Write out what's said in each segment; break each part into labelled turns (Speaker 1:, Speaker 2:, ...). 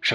Speaker 1: 是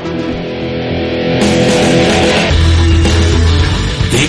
Speaker 2: 啊！一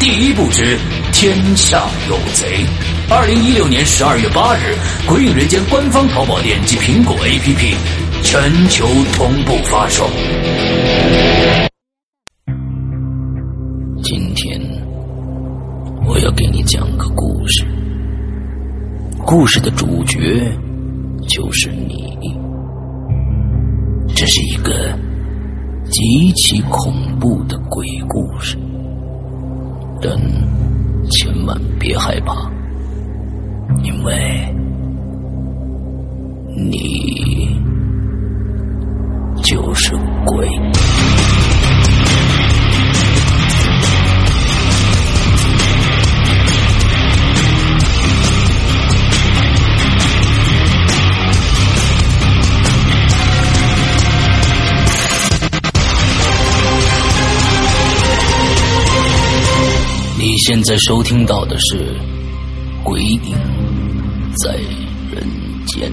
Speaker 2: 第一部之《天下有贼》，二零一六年十二月八日，《鬼影人间》官方淘宝店及苹果 APP 全球同步发售。
Speaker 3: 今天我要给你讲个故事，故事的主角就是你。这是一个极其恐怖的鬼故事。但千万别害怕，因为你就是鬼。你现在收听到的是《鬼影在人间》。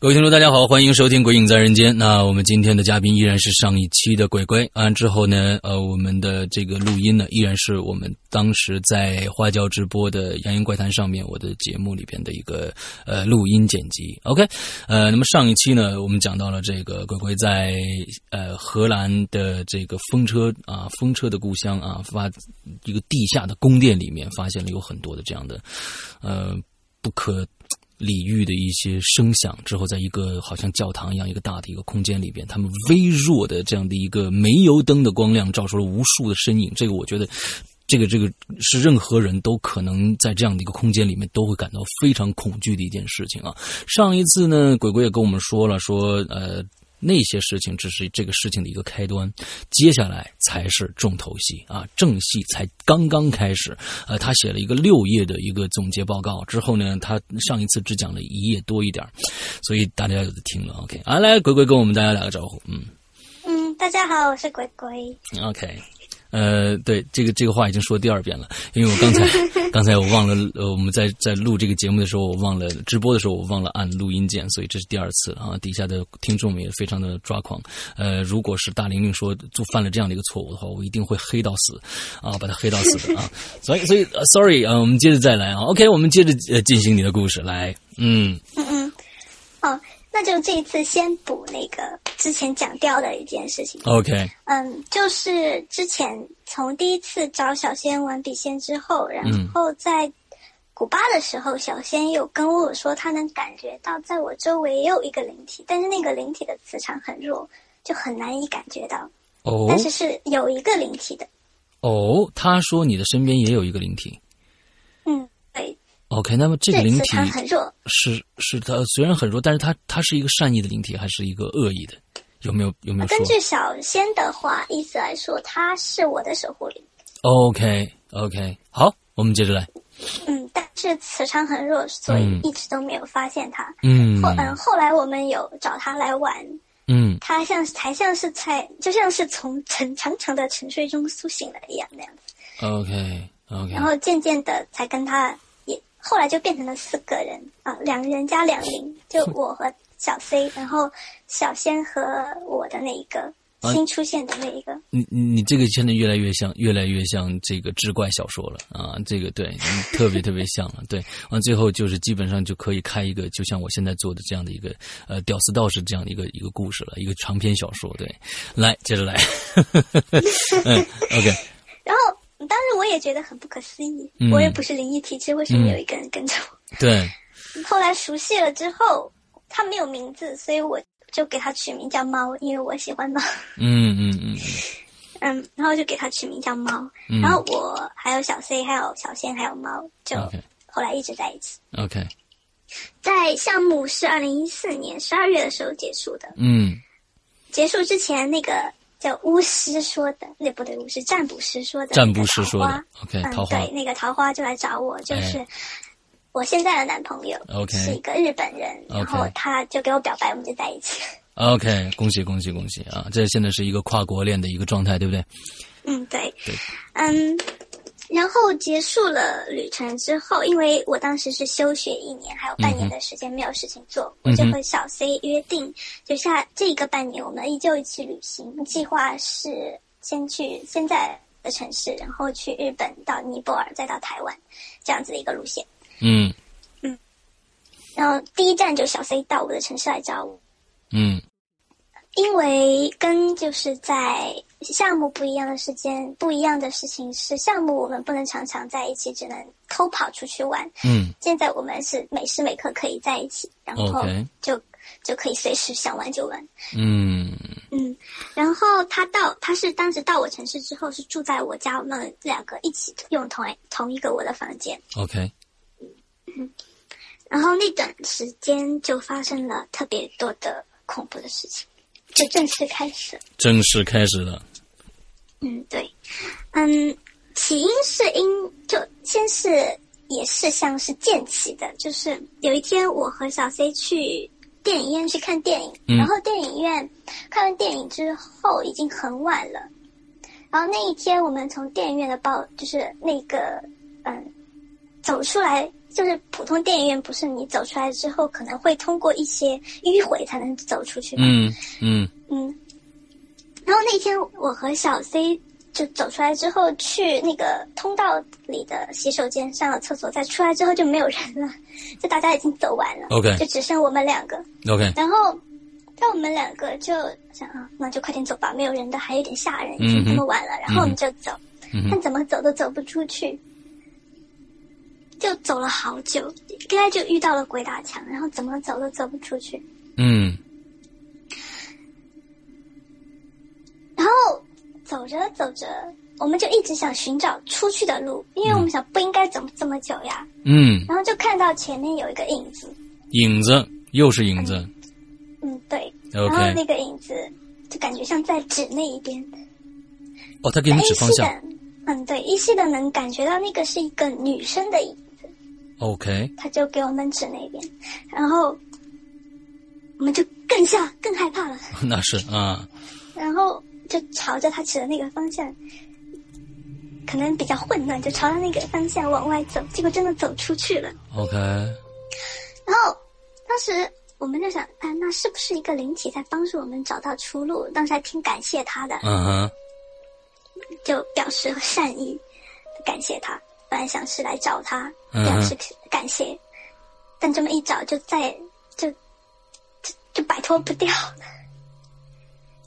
Speaker 4: 各位听众，大家好，欢迎收听《鬼影在人间》。那我们今天的嘉宾依然是上一期的鬼鬼。完、啊、之后呢，呃，我们的这个录音呢，依然是我们当时在花椒直播的《扬言怪谈》上面我的节目里边的一个呃录音剪辑。OK，呃，那么上一期呢，我们讲到了这个鬼鬼在呃荷兰的这个风车啊，风车的故乡啊，发一个地下的宫殿里面发现了有很多的这样的呃不可。李煜的一些声响之后，在一个好像教堂一样一个大的一个空间里边，他们微弱的这样的一个煤油灯的光亮，照出了无数的身影。这个我觉得，这个这个是任何人都可能在这样的一个空间里面都会感到非常恐惧的一件事情啊。上一次呢，鬼鬼也跟我们说了，说呃。那些事情只是这个事情的一个开端，接下来才是重头戏啊！正戏才刚刚开始。呃，他写了一个六页的一个总结报告之后呢，他上一次只讲了一页多一点，所以大家有的听了。OK，啊，来，鬼鬼跟我们大家打个招呼，嗯
Speaker 5: 嗯，大家好，我是鬼鬼。
Speaker 4: OK。呃，对，这个这个话已经说第二遍了，因为我刚才刚才我忘了，呃，我们在在录这个节目的时候，我忘了直播的时候，我忘了按录音键，所以这是第二次啊。底下的听众们也非常的抓狂，呃，如果是大玲玲说就犯了这样的一个错误的话，我一定会黑到死啊，把他黑到死的啊。所以所以、呃、，sorry 啊，我们接着再来啊。OK，我们接着呃进行你的故事来，
Speaker 5: 嗯嗯嗯，哦。那就这一次先补那个之前讲掉的一件事情。
Speaker 4: OK，
Speaker 5: 嗯，就是之前从第一次找小仙玩笔仙之后，然
Speaker 4: 嗯
Speaker 5: 后在古巴的时候，小仙有跟我说，他能感觉到在我周围也有一个灵体，但是那个灵体的磁场很弱，就很难以感觉到。
Speaker 4: 哦，
Speaker 5: 但是是有一个灵体的。
Speaker 4: 哦，他说你的身边也有一个灵体。 OK，那么这个
Speaker 5: 嗯对
Speaker 4: 灵
Speaker 5: 磁
Speaker 4: 体
Speaker 5: 场很弱，
Speaker 4: 是是它虽然很弱，但是它它是一个善意的灵体，还是一个恶意的？有没有有没有说
Speaker 5: 根据小仙的话意思来说，它是我的守护灵。
Speaker 4: ？OK OK，好，我们接着来。
Speaker 5: 嗯，但是磁场很弱，所以一直都没有发现它。
Speaker 4: 嗯
Speaker 5: 后嗯，后来我们有找他来玩，
Speaker 4: 嗯
Speaker 5: 他像是才像是才就像是从沉长长的沉睡中苏醒了一样那样子，
Speaker 4: ，OK OK，
Speaker 5: 然后渐渐的才跟他也后来就变成了四个人啊、两人加两零，就我和小 C，然后小仙和我的那一个
Speaker 4: 啊
Speaker 5: 新出现的那一个，
Speaker 4: 你你你这个真的越来越像，越来越像这个志怪小说了啊！这个对，嗯特别特别像了。对，完最后就是基本上就可以开一个，就像我现在做的这样的一个呃屌丝道士这样的一个一个故事了，一个长篇小说。对，来接着来， 嗯，OK，
Speaker 5: 然后当时我也觉得很不可思议，
Speaker 4: 嗯
Speaker 5: 我也不是灵异体质，为什么有一个人跟着我？
Speaker 4: 对，
Speaker 5: 后来熟悉了之后，它没有名字，所以我就给它取名叫猫，因为我喜欢猫。
Speaker 4: 嗯嗯嗯
Speaker 5: 嗯，然后就给它取名叫猫。
Speaker 4: 嗯
Speaker 5: 然后我还有小 C，还有小仙，还有猫，就
Speaker 4: OK
Speaker 5: 后来一直在一起。
Speaker 4: ，OK，
Speaker 5: 在项目是二零一四年十二月的时候结束的。
Speaker 4: 嗯
Speaker 5: 结束之前，那个叫巫师说的，那不对，巫师占卜师说的那
Speaker 4: 占
Speaker 5: 个桃花，
Speaker 4: 卜师说的，OK，
Speaker 5: 嗯，
Speaker 4: 桃花
Speaker 5: 对，那个桃花就来找我，就
Speaker 4: 哎
Speaker 5: 是我现在的男朋友
Speaker 4: OK
Speaker 5: 是一个日本人然
Speaker 4: OK
Speaker 5: 后他就给我表白，我们就在一起。
Speaker 4: ，OK，恭喜恭喜恭喜啊！这现在是一个跨国恋的一个状态，对不对？
Speaker 5: 嗯，对，嗯，然后结束了旅程之后，因为我当时是休学一年，还有半年的时间没有事情做，我就
Speaker 4: 嗯嗯哼
Speaker 5: 和小 C 约定，就下这个半年我们依旧一起旅行，计划是先去现在的城市，然后去日本，到尼泊尔，再到台湾，这样子的一个路线。
Speaker 4: 嗯
Speaker 5: 然后第一站就小 C 到我的城市来找我，
Speaker 4: 嗯
Speaker 5: 因为跟就是在项目不一样的时间，不一样的事情是项目我们不能常常在一起，只能偷跑出去玩。
Speaker 4: 嗯
Speaker 5: 现在我们是每时每刻可以在一起，然后
Speaker 4: OK
Speaker 5: 就就可以随时想玩就玩。
Speaker 4: 嗯
Speaker 5: 嗯，然后他到他是当时到我城市之后是住在我家，我们两个一起用同同一个我的房间。
Speaker 4: ，OK，
Speaker 5: 然后那段时间就发生了特别多的恐怖的事情，就正式开始了。
Speaker 4: 正式开始了。
Speaker 5: 嗯，对，嗯，起因是因就先是也是像是渐起的，就是有一天我和小 C 去电影院去看电影，
Speaker 4: 嗯
Speaker 5: 然后电影院看完电影之后已经很晚了，然后那一天我们从电影院的包就是那个嗯走出来。就是普通电影院，不是你走出来之后可能会通过一些迂回才能走出去嘛。
Speaker 4: 嗯嗯
Speaker 5: 嗯，然后那天我和小 C 就走出来之后，去那个通道里的洗手间上了厕所，再出来之后就没有人了， 就大家已经走完了
Speaker 4: OK
Speaker 5: 就只剩我们两个。
Speaker 4: ，OK，
Speaker 5: 然后，但我们两个就想啊，那就快点走吧，没有人的还有点吓人，已
Speaker 4: 嗯哼
Speaker 5: 经这么晚了。然后我们就走，
Speaker 4: 嗯哼
Speaker 5: 但怎么走都走不出去，就走了好久，应该就遇到了鬼打墙，然后怎么走都走不出去。
Speaker 4: 嗯
Speaker 5: 然后走着走着，我们就一直想寻找出去的路，因为我们想不应该走这么久呀。
Speaker 4: 嗯，
Speaker 5: 然后就看到前面有一个影子，
Speaker 4: 影子又是影子
Speaker 5: 嗯，对。
Speaker 4: OK
Speaker 5: 然后那个影子就感觉像在指那一边，
Speaker 4: 哦，他给你指方
Speaker 5: 依稀
Speaker 4: 向。
Speaker 5: 哎的，嗯，对，依稀的能感觉到那个是一个女生的影，
Speaker 4: OK，
Speaker 5: 他就给我们指那边，然后我们就更吓、更害怕了，
Speaker 4: 那是啊，
Speaker 5: 然后就朝着他指的那个方向，可能比较混乱，就朝着那个方向往外走，结果真的走出去了。
Speaker 4: OK，
Speaker 5: 然后当时我们就想，哎，那是不是一个灵体在帮助我们找到出路？当时还挺感谢他的，
Speaker 4: 嗯哼，
Speaker 5: 就表示善意，感谢他。本来想是来找他
Speaker 4: 嗯
Speaker 5: 表示感谢，但这么一找就再就就就摆脱不掉。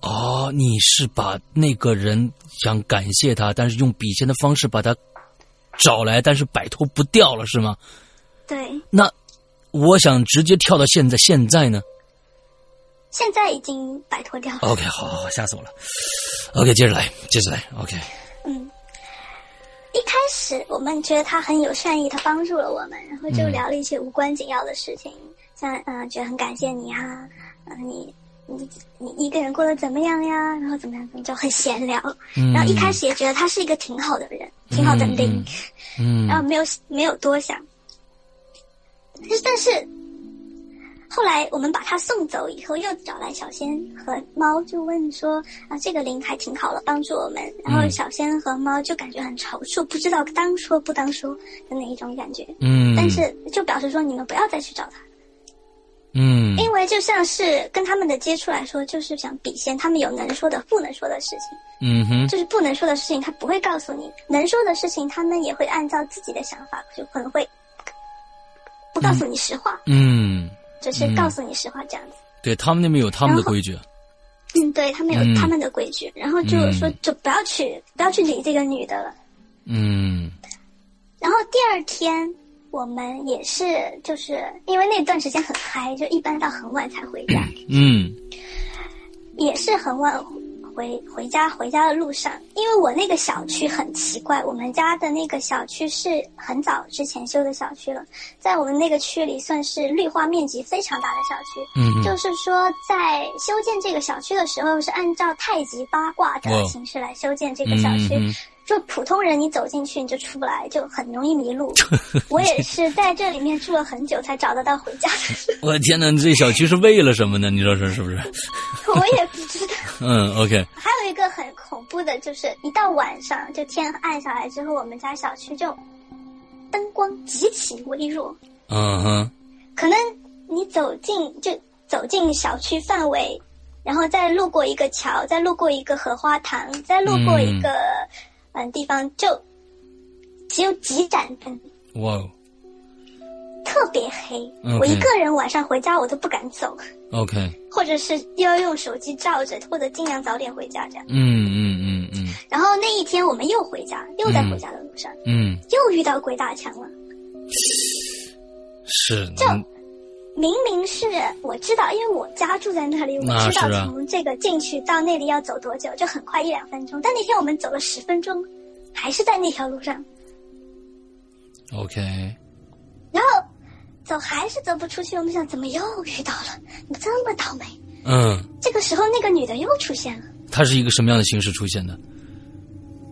Speaker 4: 哦，你是把那个人想感谢他，但是用笔仙的方式把他找来，但是摆脱不掉了，是吗？
Speaker 5: 对，
Speaker 4: 那我想直接跳到现在，现在呢
Speaker 5: 现在已经摆脱掉了。
Speaker 4: ？OK，好好好，吓死我了。OK，接着来，接着来。OK，
Speaker 5: 嗯，一开始我们觉得他很有善意，他帮助了我们，然后就聊了一些无关紧要的事情，像嗯、呃觉得很感谢你啊，嗯、你你你一个人过得怎么样呀？然后怎么样，怎么就很闲聊。
Speaker 4: 嗯
Speaker 5: 然后一开始也觉得他是一个挺好的人，挺好的零，
Speaker 4: 嗯
Speaker 5: 然后没有没有多想。但是但是，后来我们把他送走以后，又找来小仙和猫，就问说啊，这个灵还挺好的，帮助我们。然后
Speaker 4: 嗯
Speaker 5: 小仙和猫就感觉很踌躇，不知道当说不当说的那一种感觉。
Speaker 4: 嗯，
Speaker 5: 但是就表示说你们不要再去找他，
Speaker 4: 嗯
Speaker 5: 因为就像是跟他们的接触来说，就是想比先他们有能说的、不能说的事情。
Speaker 4: 嗯哼
Speaker 5: 就是不能说的事情，他不会告诉你；能说的事情，他们也会按照自己的想法，就可能会不告诉你实话，
Speaker 4: 嗯，
Speaker 5: 只是告诉你实话这样子。
Speaker 4: 对他们那边有他们的规矩，
Speaker 5: 嗯，对他们
Speaker 4: 嗯
Speaker 5: 有他们的规矩，然后就
Speaker 4: 嗯
Speaker 5: 说就不要去不要去理这个女的了。
Speaker 4: 嗯
Speaker 5: 然后第二天我们也是就是因为那段时间很嗨，就一般到很晚才回家，
Speaker 4: 嗯
Speaker 5: 也是很晚回回家回家的路上，因为我那个小区很奇怪，我们家的那个小区是很早之前修的小区了，在我们那个区里算是绿化面积非常大的小区。
Speaker 4: 嗯哼
Speaker 5: 就是说，在修建这个小区的时候，是按照太极八卦
Speaker 4: 哦
Speaker 5: 的形式来修建这个小
Speaker 4: 嗯
Speaker 5: 区。
Speaker 4: 嗯
Speaker 5: 就普通人，你走进去你就出不来，就很容易迷路。我也是在这里面住了很久才找得到回家的，
Speaker 4: 我的天哪，这小区是为了什么呢？你说是是不是？
Speaker 5: 我也不知道。
Speaker 4: 嗯，OK，
Speaker 5: 还有一个很恐怖的，就是一到晚上，就天暗下来之后，我们家小区就灯光极其微弱，
Speaker 4: 嗯哼，
Speaker 5: 可能你走进就走进小区范围，然后再路过一个桥，再路过一个荷花塘，再路过一个嗯地方，就只有几盏灯，
Speaker 4: 哇哦
Speaker 5: 特别黑。
Speaker 4: OK
Speaker 5: 我一个人晚上回家，我都不敢走，
Speaker 4: ，OK，
Speaker 5: 或者是要用手机照着，或者尽量早点回家这样。
Speaker 4: 嗯嗯嗯嗯
Speaker 5: 然后那一天我们又回家，又在回家的路上。
Speaker 4: 嗯，
Speaker 5: 又遇到鬼打墙了。
Speaker 4: 是，嗯
Speaker 5: 明明是我知道，因为我家住在那里，我
Speaker 4: 那
Speaker 5: 知道
Speaker 4: 是啊
Speaker 5: 从这个进去到那里要走多久，就很快一两分钟。但那天我们走了十分钟，还是在那条路上，
Speaker 4: OK，
Speaker 5: 然后走还是走不出去。我们想，怎么又遇到了？怎么这么倒霉？
Speaker 4: 嗯，
Speaker 5: 这个时候，那个女的又出现了，
Speaker 4: 它是一个什么样的形式出现的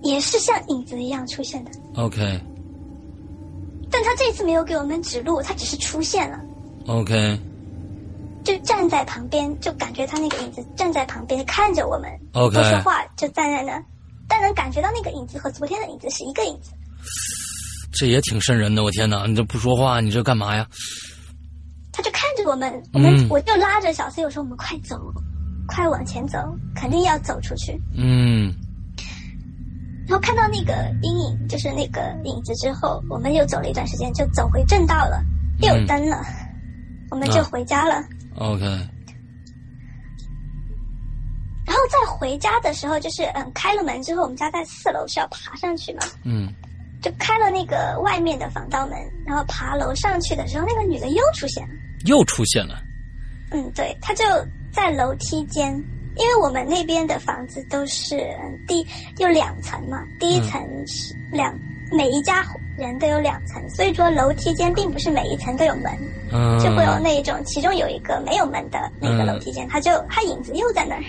Speaker 5: 也是像影子一样出现的。
Speaker 4: ？OK
Speaker 5: 但她这次没有给我们指路，她只是出现了，
Speaker 4: OK，
Speaker 5: 就站在旁边，就感觉她那个影子站在旁边看着我们。
Speaker 4: OK
Speaker 5: 不说话，就站在那，但能感觉到那个影子和昨天的影子是一个影子。
Speaker 4: 这也挺瘆人的，我天哪，你这不说话，你这干嘛呀？
Speaker 5: 他就看着我们，我们、
Speaker 4: 嗯
Speaker 5: 我就拉着小 C 我说我们快走，快往前走，肯定要走出去。
Speaker 4: 嗯
Speaker 5: 然后看到那个阴影，就是那个影子之后，我们又走了一段时间，就走回正道了，
Speaker 4: 嗯
Speaker 5: 又有灯了，我们
Speaker 4: 啊
Speaker 5: 就回家了。
Speaker 4: ，OK，
Speaker 5: 然后再回家的时候，就是嗯，开了门之后，我们家在四楼是要爬上去嘛，
Speaker 4: 嗯
Speaker 5: 就开了那个外面的防盗门，然后爬楼上去的时候，那个女的又出现了。
Speaker 4: 又出现了，
Speaker 5: 嗯，对，他就在楼梯间，因为我们那边的房子都是嗯第有两层嘛，第一层是两、每一家人都有两层，所以说楼梯间并不是每一层都有门，
Speaker 4: 嗯，
Speaker 5: 就会有那一种其中有一个没有门的那个
Speaker 4: 嗯
Speaker 5: 楼梯间，他就他影子又在那儿，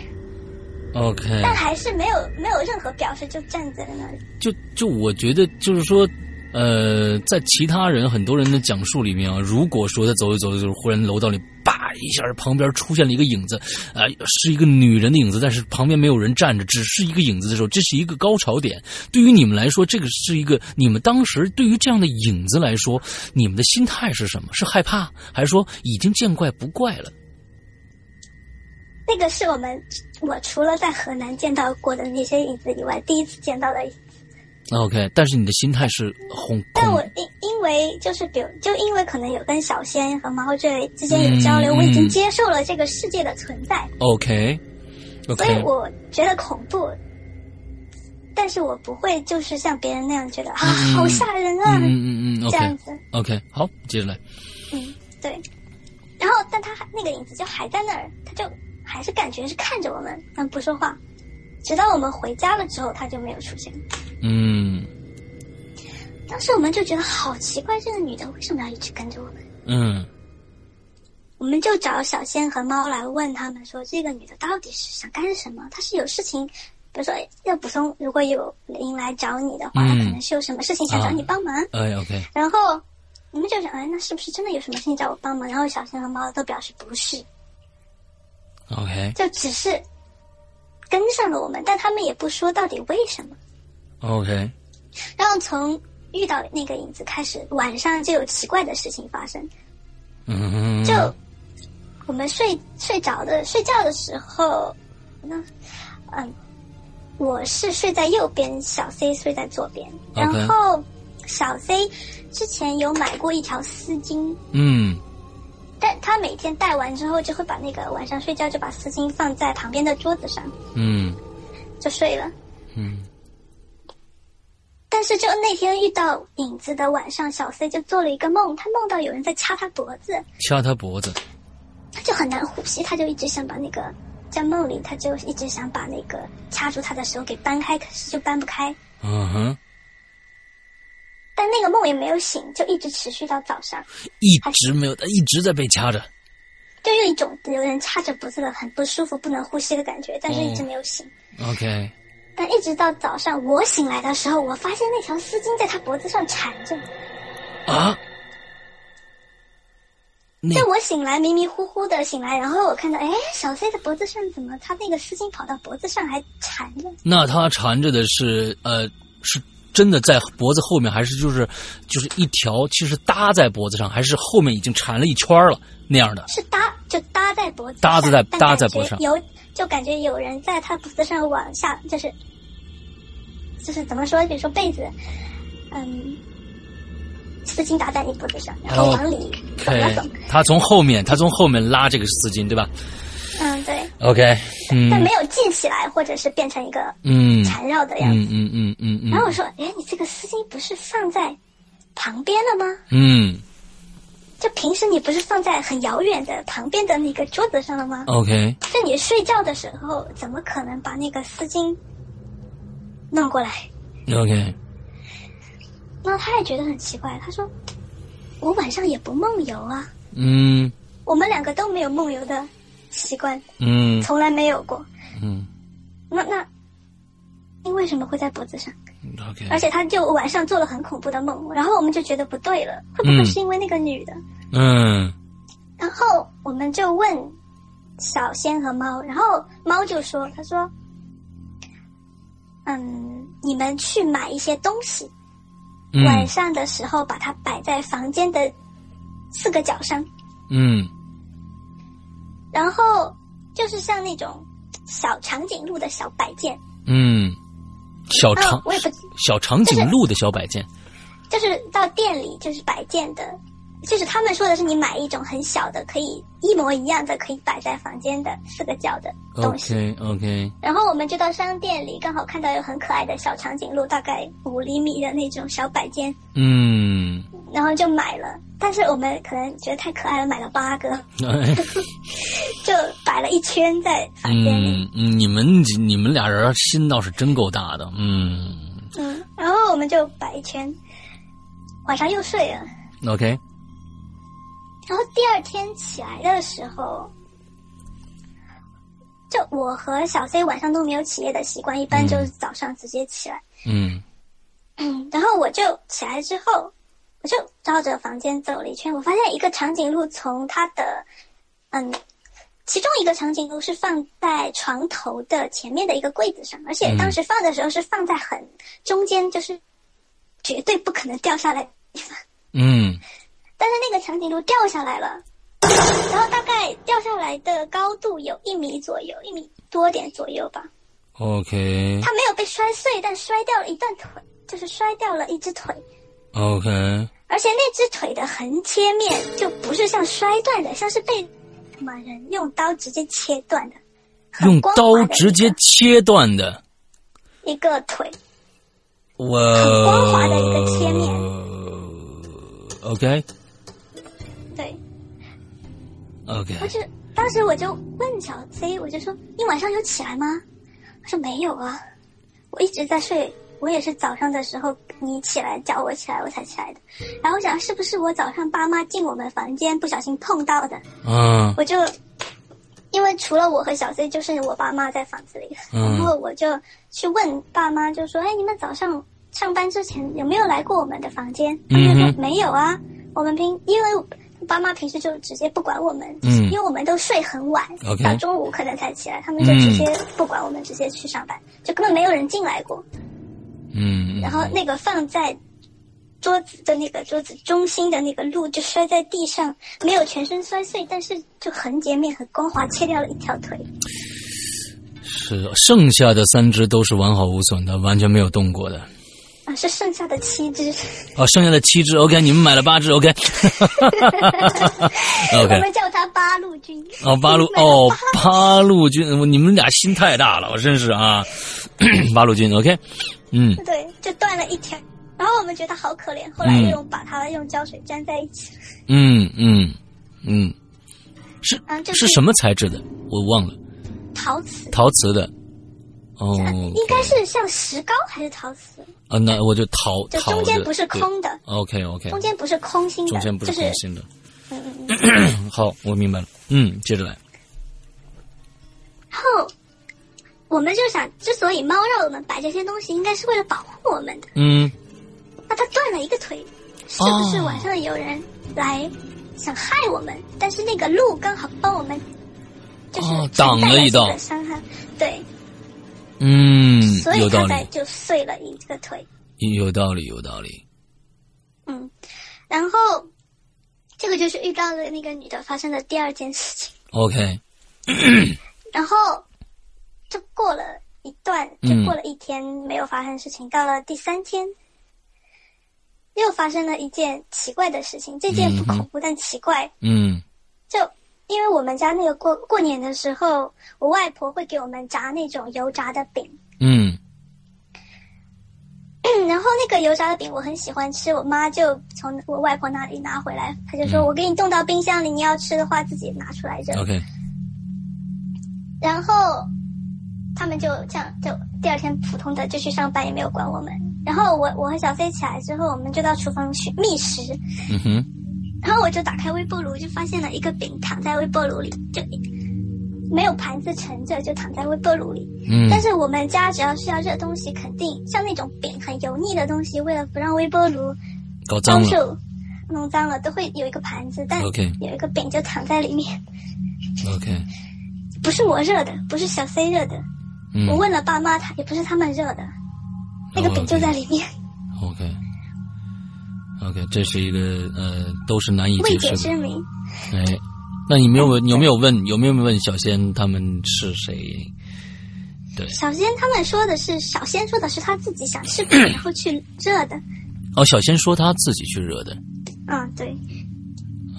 Speaker 4: OK，
Speaker 5: 但还是没有没有任何表示，就站在那里。
Speaker 4: 就就我觉得就是说，呃，在其他人很多人的讲述里面啊，如果说他走着走着，就是忽然楼道里叭一下，旁边出现了一个影子，啊、是一个女人的影子，但是旁边没有人站着，只是一个影子的时候，这是一个高潮点。对于你们来说，这个是一个你们当时对于这样的影子来说，你们的心态是什么？是害怕，还是说已经见怪不怪了？
Speaker 5: 那个是我们我除了在河南见到过的那些影子以外，第一次见到的影子
Speaker 4: OK，但是你的心态是恐
Speaker 5: 但我
Speaker 4: 恐，
Speaker 5: 因因为就是比如就因为可能有跟小仙和猫这类之间有交流，
Speaker 4: 嗯
Speaker 5: 我已
Speaker 4: 嗯
Speaker 5: 经接受了这个世界的存在，
Speaker 4: OK，OK，、
Speaker 5: 所以我觉得恐怖，但是我不会就是像别人那样觉得啊
Speaker 4: 嗯嗯
Speaker 5: 好吓人啊、
Speaker 4: 嗯嗯嗯
Speaker 5: 这样子，
Speaker 4: ，OK，OK，、好，接着来。
Speaker 5: 嗯对。然后但他还那个影子就还在那儿，他就还是感觉是看着我们，但不说话，直到我们回家了之后，他就没有出现。
Speaker 4: 嗯
Speaker 5: 当时我们就觉得好奇怪，这个女的为什么要一直跟着我们？
Speaker 4: 嗯
Speaker 5: 我们就找小仙和猫来问他们说，这个女的到底是想干什么？她是有事情，比如说要补充，如果有灵来找你的话，她
Speaker 4: 嗯
Speaker 5: 可能是有什么事情想找你帮忙。
Speaker 4: 哎 OK
Speaker 5: 然后你们就想，哎，那是不是真的有什么事情找我帮忙？然后小仙和猫都表示不是，
Speaker 4: OK
Speaker 5: 就只是跟上了我们，但他们也不说到底为什么。
Speaker 4: OK
Speaker 5: 然后从遇到那个影子开始，晚上就有奇怪的事情发生。
Speaker 4: 嗯哼
Speaker 5: 就我们睡睡着的睡觉的时候，那嗯，我是睡在右边，小 C 睡在左边。
Speaker 4: OK
Speaker 5: 然后小 C 之前有买过一条丝巾，
Speaker 4: 嗯
Speaker 5: 但他每天戴完之后，就会把那个晚上睡觉就把丝巾放在旁边的桌子上
Speaker 4: 嗯
Speaker 5: 就睡了。
Speaker 4: 嗯
Speaker 5: 但是就那天遇到影子的晚上，小 C 就做了一个梦，他梦到有人在掐他脖子，
Speaker 4: 掐他脖子
Speaker 5: 他就很难呼吸，他就一直想把那个在梦里，他就一直想把那个掐住他的手给搬开，可是就搬不开。
Speaker 4: 嗯哼
Speaker 5: 但那个梦也没有醒，就一直持续到早上，
Speaker 4: 一直没有一直在被掐着
Speaker 5: 就有一种有人掐着脖子的很不舒服、不能呼吸的感觉，但是一直没有醒。
Speaker 4: OK
Speaker 5: 但一直到早上我醒来的时候，我发现那条丝巾在他脖子上缠着。
Speaker 4: 啊那
Speaker 5: 就我醒来迷迷糊糊的醒来，然后我看到，哎，小 C 的脖子上怎么他那个丝巾跑到脖子上还缠着？
Speaker 4: 那他缠着的是呃是真的在脖子后面，还是就是就是一条其实搭在脖子上，还是后面已经缠了一圈了那样的？
Speaker 5: 是搭就搭在脖子上，
Speaker 4: 搭子在
Speaker 5: 但
Speaker 4: 搭在
Speaker 5: 感觉
Speaker 4: 脖子上
Speaker 5: 有就感觉有人在他脖子上往下，就是就是怎么说，比如说被子，嗯，丝巾搭在你脖子上，然后
Speaker 4: 哦
Speaker 5: 往里走
Speaker 4: OK，
Speaker 5: 了走，
Speaker 4: 他从后面，他从后面拉这个丝巾，对吧
Speaker 5: 嗯，对，
Speaker 4: ？OK，嗯
Speaker 5: 但没有系起来，或者是变成一个
Speaker 4: 嗯
Speaker 5: 缠绕的样子。
Speaker 4: 嗯嗯嗯嗯
Speaker 5: 然
Speaker 4: 嗯
Speaker 5: 后我说，哎，你这个丝巾不是放在旁边了吗？
Speaker 4: 嗯
Speaker 5: 就平时你不是放在很遥远的旁边的那个桌子上了吗？
Speaker 4: ，OK，
Speaker 5: 就你睡觉的时候，怎么可能把那个丝巾弄过来？
Speaker 4: OK，
Speaker 5: 那他也觉得很奇怪，他说：“我晚上也不梦游啊，
Speaker 4: 嗯
Speaker 5: 我们两个都没有梦游的习惯，
Speaker 4: 嗯
Speaker 5: 从来没有过。
Speaker 4: 嗯
Speaker 5: 那那你为什么会在脖子上？
Speaker 4: 嗯，OK，
Speaker 5: 而且他就晚上做了很恐怖的梦，然后我们就觉得不对了，会不会
Speaker 4: 嗯
Speaker 5: 是因为那个女的？
Speaker 4: 嗯
Speaker 5: 然后我们就问小仙和猫，然后猫就说：“他说，嗯，你们去买一些东西，晚
Speaker 4: 嗯
Speaker 5: 上的时候把它摆在房间的四个角上，
Speaker 4: 嗯
Speaker 5: 然后就是像那种小长颈鹿的小摆件，
Speaker 4: 嗯，小
Speaker 5: 嗯、
Speaker 4: 长
Speaker 5: 我也不
Speaker 4: 小长颈鹿的小摆件，
Speaker 5: 就是到店里就是摆件的，就是他们说的是你买一种很小的，可以一模一样的，可以摆在房间的四个角的东西。
Speaker 4: OK OK，
Speaker 5: 然后我们就到商店里，刚好看到有很可爱的小长颈鹿，大概五厘米的那种小摆件，
Speaker 4: 嗯，
Speaker 5: 然后就买了。但是我们可能觉得太可爱了，买了八个，
Speaker 4: 哎
Speaker 5: 就摆了一圈在房间里。
Speaker 4: 嗯嗯，你们几你们俩人心倒是真够大的，嗯
Speaker 5: 嗯，然后我们就摆一圈，晚上又睡了。
Speaker 4: ，OK，
Speaker 5: 然后第二天起来的时候，就我和小 C 晚上都没有起夜的习惯，一般就是早上直接起来。
Speaker 4: 嗯
Speaker 5: 嗯，然后我就起来之后，我就绕着房间走了一圈，我发现一个长颈鹿从它的，嗯，其中一个长颈鹿是放在床头的前面的一个柜子上，而且当时放的时候是放在很中间，就是绝对不可能掉下来的地方。
Speaker 4: 嗯
Speaker 5: 但是那个长颈鹿掉下来了，然后大概掉下来的高度有一米左右，一米多点左右吧。
Speaker 4: ，OK
Speaker 5: 它没有被摔碎，但摔掉了一段腿，就是摔掉了一只腿，
Speaker 4: OK，
Speaker 5: 而且那只腿的横切面就不是像摔断的，像是被什么人用刀直接切断的，很
Speaker 4: 用
Speaker 5: 光滑
Speaker 4: 刀
Speaker 5: 的
Speaker 4: 直接切断的，
Speaker 5: 一个腿，
Speaker 4: 我
Speaker 5: 很光滑的一个切面
Speaker 4: OK
Speaker 5: 对。
Speaker 4: OK，
Speaker 5: 我就当时我就问小 C，我就说你晚上有起来吗？他说没有啊，我一直在睡我也是早上的时候你起来叫我起来，我才起来的。然后我想是不是我早上爸妈进我们房间不小心碰到的？
Speaker 4: 嗯
Speaker 5: 我就因为除了我和小 C，就剩我爸妈在房子里，
Speaker 4: 嗯
Speaker 5: 然后我就去问爸妈，就说：“哎，你们早上上班之前有没有来过我们的房间？”他们就
Speaker 4: 嗯
Speaker 5: 说：“没有啊，我们平因为爸妈平时就直接不管我们，
Speaker 4: 嗯
Speaker 5: 因为我们都睡很晚
Speaker 4: OK
Speaker 5: 到中午可能才起来，他们就直接不管我们，直接去上班，就根本没有人进来过。
Speaker 4: 嗯，
Speaker 5: 然后那个放在桌子的那个桌子中心的那个鹿就摔在地上，没有全身摔碎，但是就横截面很光滑，切掉了一条腿。
Speaker 4: 是剩下的三只都是完好无损的，完全没有动过的。
Speaker 5: 啊，是剩下的 七只。
Speaker 4: 哦，剩下的七只，OK，你们 买了八只，OK，OK，、
Speaker 5: 我们叫它八路军。
Speaker 4: 哦，八路哦，八路军，你们俩心太大了，我真是啊，八路军，OK，嗯
Speaker 5: 对，就断了一条。然后我们觉得好可怜，后来
Speaker 4: 嗯
Speaker 5: 又用把它用胶水粘在一 起。
Speaker 4: 嗯嗯嗯，
Speaker 5: 嗯，就是
Speaker 4: 什么材质的？我忘了，
Speaker 5: 陶瓷？
Speaker 4: 陶瓷的。哦
Speaker 5: 啊，应该是像石膏还是陶瓷？
Speaker 4: 啊，那我就陶
Speaker 5: 就
Speaker 4: 陶
Speaker 5: 中间
Speaker 4: 的
Speaker 5: 不是
Speaker 4: 对
Speaker 5: 空的，
Speaker 4: ，OK OK，
Speaker 5: 中间不是空心的，
Speaker 4: 中间不是
Speaker 5: 就
Speaker 4: 空
Speaker 5: 是
Speaker 4: 心的。
Speaker 5: 嗯嗯 嗯。
Speaker 4: 好，我明白了。嗯，接着来。
Speaker 5: 然后我们就想，之所以猫让我们摆这些东西，应该是为了保护我们的。
Speaker 4: 嗯
Speaker 5: 那它断了一个腿，是不是晚上有人来想害我们？但是那个鹿刚好帮我们，就是
Speaker 4: 哦挡了一道
Speaker 5: 承担这个伤害，对，
Speaker 4: 嗯
Speaker 5: 所，
Speaker 4: 有
Speaker 5: 以
Speaker 4: 道
Speaker 5: 它
Speaker 4: 理
Speaker 5: 才，就碎了一个腿。
Speaker 4: 有道理，有道理。
Speaker 5: 嗯，然后这个就是遇到了那个女的发生的第二件事情。
Speaker 4: OK，
Speaker 5: 然后就过了一段，就
Speaker 4: 嗯
Speaker 5: 过了一天没有发生事情，到了第三天。又发生了一件奇怪的事情，这件不
Speaker 4: 嗯哼
Speaker 5: 恐怖、但奇怪，
Speaker 4: 嗯
Speaker 5: 就因为我们家那个过过年的时候，我外婆会给我们炸那种油炸的饼，
Speaker 4: 嗯
Speaker 5: 然后那个油炸的饼我很喜欢吃，我妈就从我外婆那里拿回来，她就说：“我给你冻到冰箱里，你要吃的话自己拿出来扔。
Speaker 4: 嗯，OK，
Speaker 5: 然后他们就这样，就第二天普通的就去上班，也没有管我们。然后我我和小飞起来之后，我们就到厨房去觅食，
Speaker 4: 嗯哼，
Speaker 5: 然后我就打开微波炉，就发现了一个饼躺在微波炉里，就没有盘子盛着，就躺在微波炉里。
Speaker 4: 嗯
Speaker 5: 但是我们家只要是要热东西，肯定像那种饼很油腻的东西，为了不让微波炉
Speaker 4: 搞脏了。
Speaker 5: 遭受弄脏了，都会有一个盘子，但
Speaker 4: OK
Speaker 5: 有一个饼就躺在里面。
Speaker 4: OK，
Speaker 5: 不是我热的，不是小 C 热的，
Speaker 4: 嗯哦
Speaker 5: 我问了爸妈，他也不是他们热的，那个饼就在 里面，
Speaker 4: ，OK。OK，这是一个呃，都是难以
Speaker 5: 未
Speaker 4: 解
Speaker 5: 解
Speaker 4: 释的
Speaker 5: 之。谜。
Speaker 4: 哎，那你没有问有没有问有没有问小仙他们是谁？
Speaker 5: 小仙他们说的是，小仙说的是他自己想吃饼，然后去热的。
Speaker 4: 哦，小仙说他自己去惹的
Speaker 5: 嗯，对，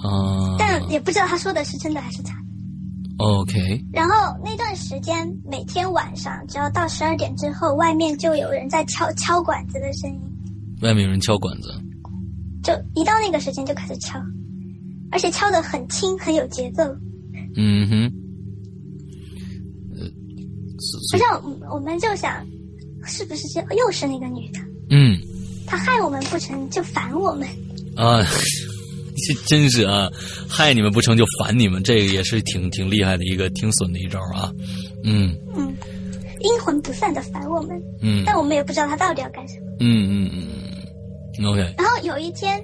Speaker 4: 啊。
Speaker 5: 但也不知道他说的是真的还是假的。
Speaker 4: OK，
Speaker 5: 然后那段时间，每天晚上只要到十二点之后，外面就有人在敲敲管子的声音，
Speaker 4: 外面有人敲管子。
Speaker 5: 就一到那个时间就开始敲，而且敲得很轻，很有节奏。
Speaker 4: 嗯哼，呃，
Speaker 5: 好
Speaker 4: 是是，
Speaker 5: 像我们我们就想，是不是这又是那个女的？
Speaker 4: 嗯
Speaker 5: 她害我们不成就烦我们。
Speaker 4: 啊， 这真是啊，害你们不成就烦你们，这个也是挺挺厉害的一个挺损的一招啊。嗯
Speaker 5: 嗯，阴魂不散的烦我们，
Speaker 4: 嗯
Speaker 5: 但我们也不知道他到底要干什么。
Speaker 4: 嗯嗯嗯嗯，OK，
Speaker 5: 然后有一天，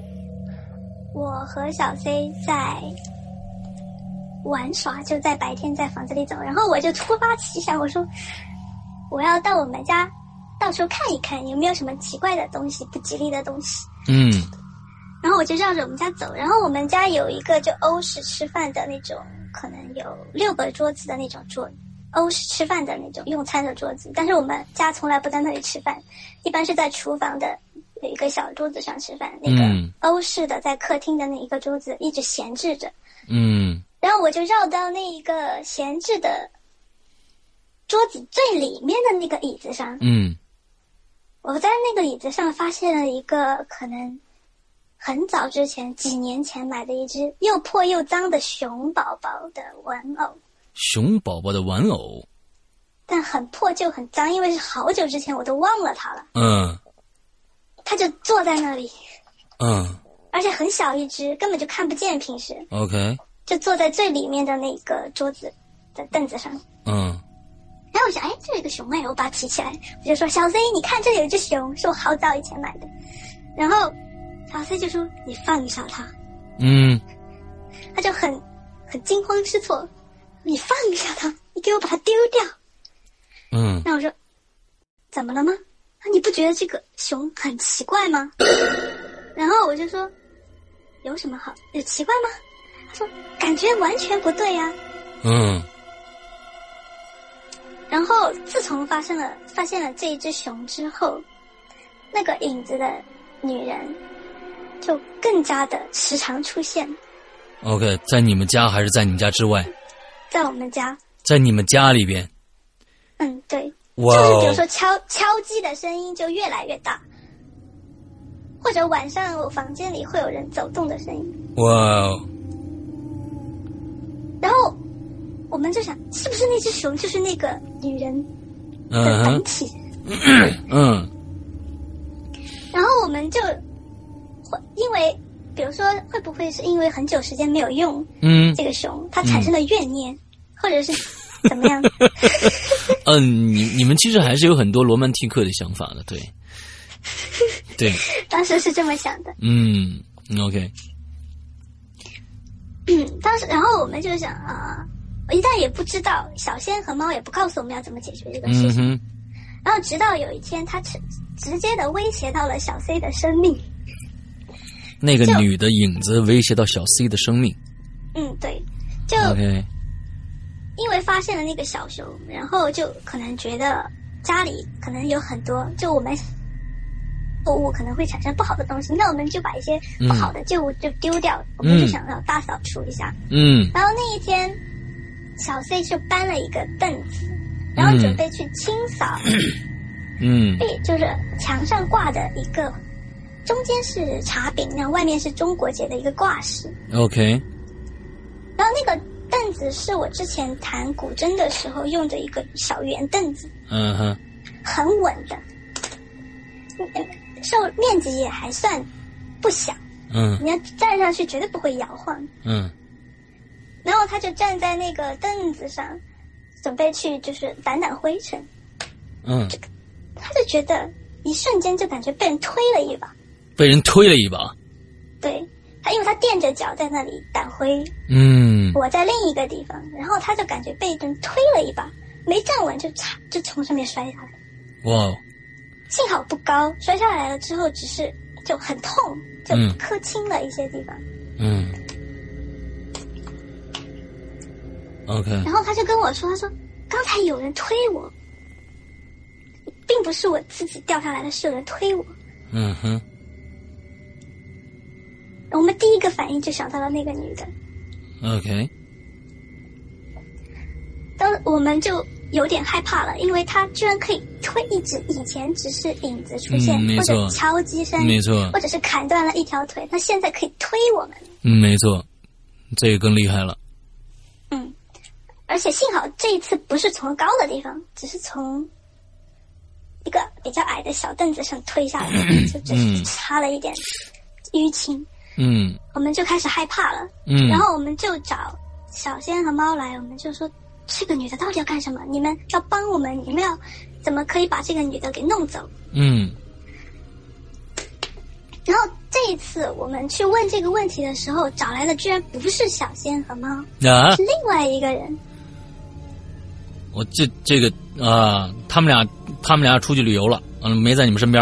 Speaker 5: 我和小 C 在玩耍，就在白天在房子里走，然后我就突发奇想，我说我要到我们家到处看一看，有没有什么奇怪的东西、不吉利的东西。
Speaker 4: 嗯
Speaker 5: 然后我就绕着我们家走，然后我们家有一个就欧式吃饭的那种，可能有六个桌子的那种桌，欧式吃饭的那种用餐的桌子。但是我们家从来不在那里吃饭，一般是在厨房的有一个小桌子上吃饭。那个
Speaker 4: 嗯
Speaker 5: 欧式的在客厅的那一个桌子一直闲置着，
Speaker 4: 嗯
Speaker 5: 然后我就绕到那一个闲置的桌子最里面的那个椅子上，
Speaker 4: 嗯
Speaker 5: 我在那个椅子上发现了一个可能很早之前几年前买的一只又破又脏的熊宝宝的玩偶。
Speaker 4: 熊宝宝的玩偶
Speaker 5: 但很破旧、很脏，因为是好久之前我都忘了它了。
Speaker 4: 嗯
Speaker 5: 它就坐在那里，
Speaker 4: 嗯
Speaker 5: 而且很小一只，根本就看不见，平时
Speaker 4: ，OK，
Speaker 5: 就坐在最里面的那个桌子的凳子上。
Speaker 4: 嗯
Speaker 5: 然后我想，哎，这有个熊哎，我把它提起来，我就说：“小 Z，你看这里有一只熊，是我好早以前买的。”然后小 Z 就说：“你放一下它。”
Speaker 4: 嗯
Speaker 5: 他就很很惊慌失措，你放下它，你给我把它丢掉。
Speaker 4: 嗯
Speaker 5: 那我说，怎么了吗？那你不觉得这个熊很奇怪吗？ 然后我就说，有什么好？有奇怪吗？他说，感觉完全不对呀、
Speaker 4: 嗯
Speaker 5: 然后自从发生了发现了这一只熊之后，那个影子的女人就更加的时常出现
Speaker 4: ，OK，在你们家还是在你们家之外？
Speaker 5: 在我们家。
Speaker 4: 在你们家里边，
Speaker 5: 嗯，对，
Speaker 4: 哇
Speaker 5: 就是比
Speaker 4: 哦
Speaker 5: 如说敲敲击的声音就越来越大，或者晚上我房间里会有人走动的声音，
Speaker 4: 哇哦，
Speaker 5: 然后我们就想，是不是那只熊就是那个女人的
Speaker 4: 嗯
Speaker 5: 本
Speaker 4: 哼
Speaker 5: 体？
Speaker 4: 嗯
Speaker 5: 然后我们就会因为，比如说会不会是因为很久时间没有用
Speaker 4: 嗯
Speaker 5: 这个熊，它产生了怨念，或者是怎么样？
Speaker 4: 嗯，你你们其实还是有很多罗曼蒂克的想法的，对，对，
Speaker 5: 当时是这么想的。
Speaker 4: 嗯，OK，
Speaker 5: 嗯，当时，然后我们就想啊，我一旦也不知道，小仙和猫也不告诉我们要怎么解决这个事情
Speaker 4: 嗯。哼，
Speaker 5: 然后直到有一天，他直直接的威胁到了小 C 的生命。
Speaker 4: 那个女的影子威胁到小 C 的生命
Speaker 5: 嗯，对，就
Speaker 4: ，OK，
Speaker 5: 因为发现了那个小熊，然后就可能觉得家里可能有很多，就我们购物可能会产生不好的东西，那我们就把一些不好的旧物就丢掉，我们就想要大扫除一下。
Speaker 4: 嗯
Speaker 5: 然后那一天，小 C 就搬了一个凳子，然后准备去清扫。
Speaker 4: 嗯
Speaker 5: 对，哎就是墙上挂的一个，中间是茶饼，然后外面是中国结的一个挂饰。
Speaker 4: ，OK，
Speaker 5: 然后那个凳子是我之前弹古筝的时候用的一个小圆凳子，
Speaker 4: 嗯哼，
Speaker 5: 很稳的，嗯受面积也还算不小，
Speaker 4: 嗯
Speaker 5: 你要站上去绝对不会摇晃。
Speaker 4: 嗯
Speaker 5: 然后他就站在那个凳子上，准备去就是掸掸灰尘，
Speaker 4: 嗯，
Speaker 5: 他就觉得一瞬间就感觉被人推了一把。
Speaker 4: 被人推了一把，
Speaker 5: 对他，因为他垫着脚在那里掸灰，
Speaker 4: 嗯
Speaker 5: 我在另一个地方，然后他就感觉被人推了一把，没站稳就嚓就从上面摔下来，
Speaker 4: 哇哦，
Speaker 5: 幸好不高，摔下来了之后只是就很痛，就
Speaker 4: 嗯
Speaker 5: 磕青了一些地方。
Speaker 4: 嗯，OK，
Speaker 5: 然后他就跟我说：“他说刚才有人推我，并不是我自己掉下来的，是有人推我。”
Speaker 4: 嗯哼，
Speaker 5: 我们第一个反应就想到了那个女的，
Speaker 4: ，OK，
Speaker 5: 当我们就有点害怕了，因为它居然可以推一直以前只是影子出现，
Speaker 4: 嗯没
Speaker 5: 或
Speaker 4: 错
Speaker 5: 者敲击声，
Speaker 4: 没错
Speaker 5: 或者是砍断了一条腿，它现在可以推我们，
Speaker 4: 嗯没错，这个更厉害了，
Speaker 5: 嗯，而且幸好这一次不是从高的地方，只是从一个比较矮的小凳子上 推下来，就只是差了一点淤青，
Speaker 4: 嗯
Speaker 5: 我们就开始害怕了，
Speaker 4: 嗯
Speaker 5: 然后我们就找小仙和猫来，我们就说这个女的到底要干什么？你们要帮我们，你们要怎么可以把这个女的给弄走？
Speaker 4: 嗯
Speaker 5: 然后这一次我们去问这个问题的时候，找来的居然不是小仙和猫，
Speaker 4: 啊
Speaker 5: 是，另外一个人。
Speaker 4: 我这这个啊，他们俩他们俩出去旅游了，嗯，没在你们身边，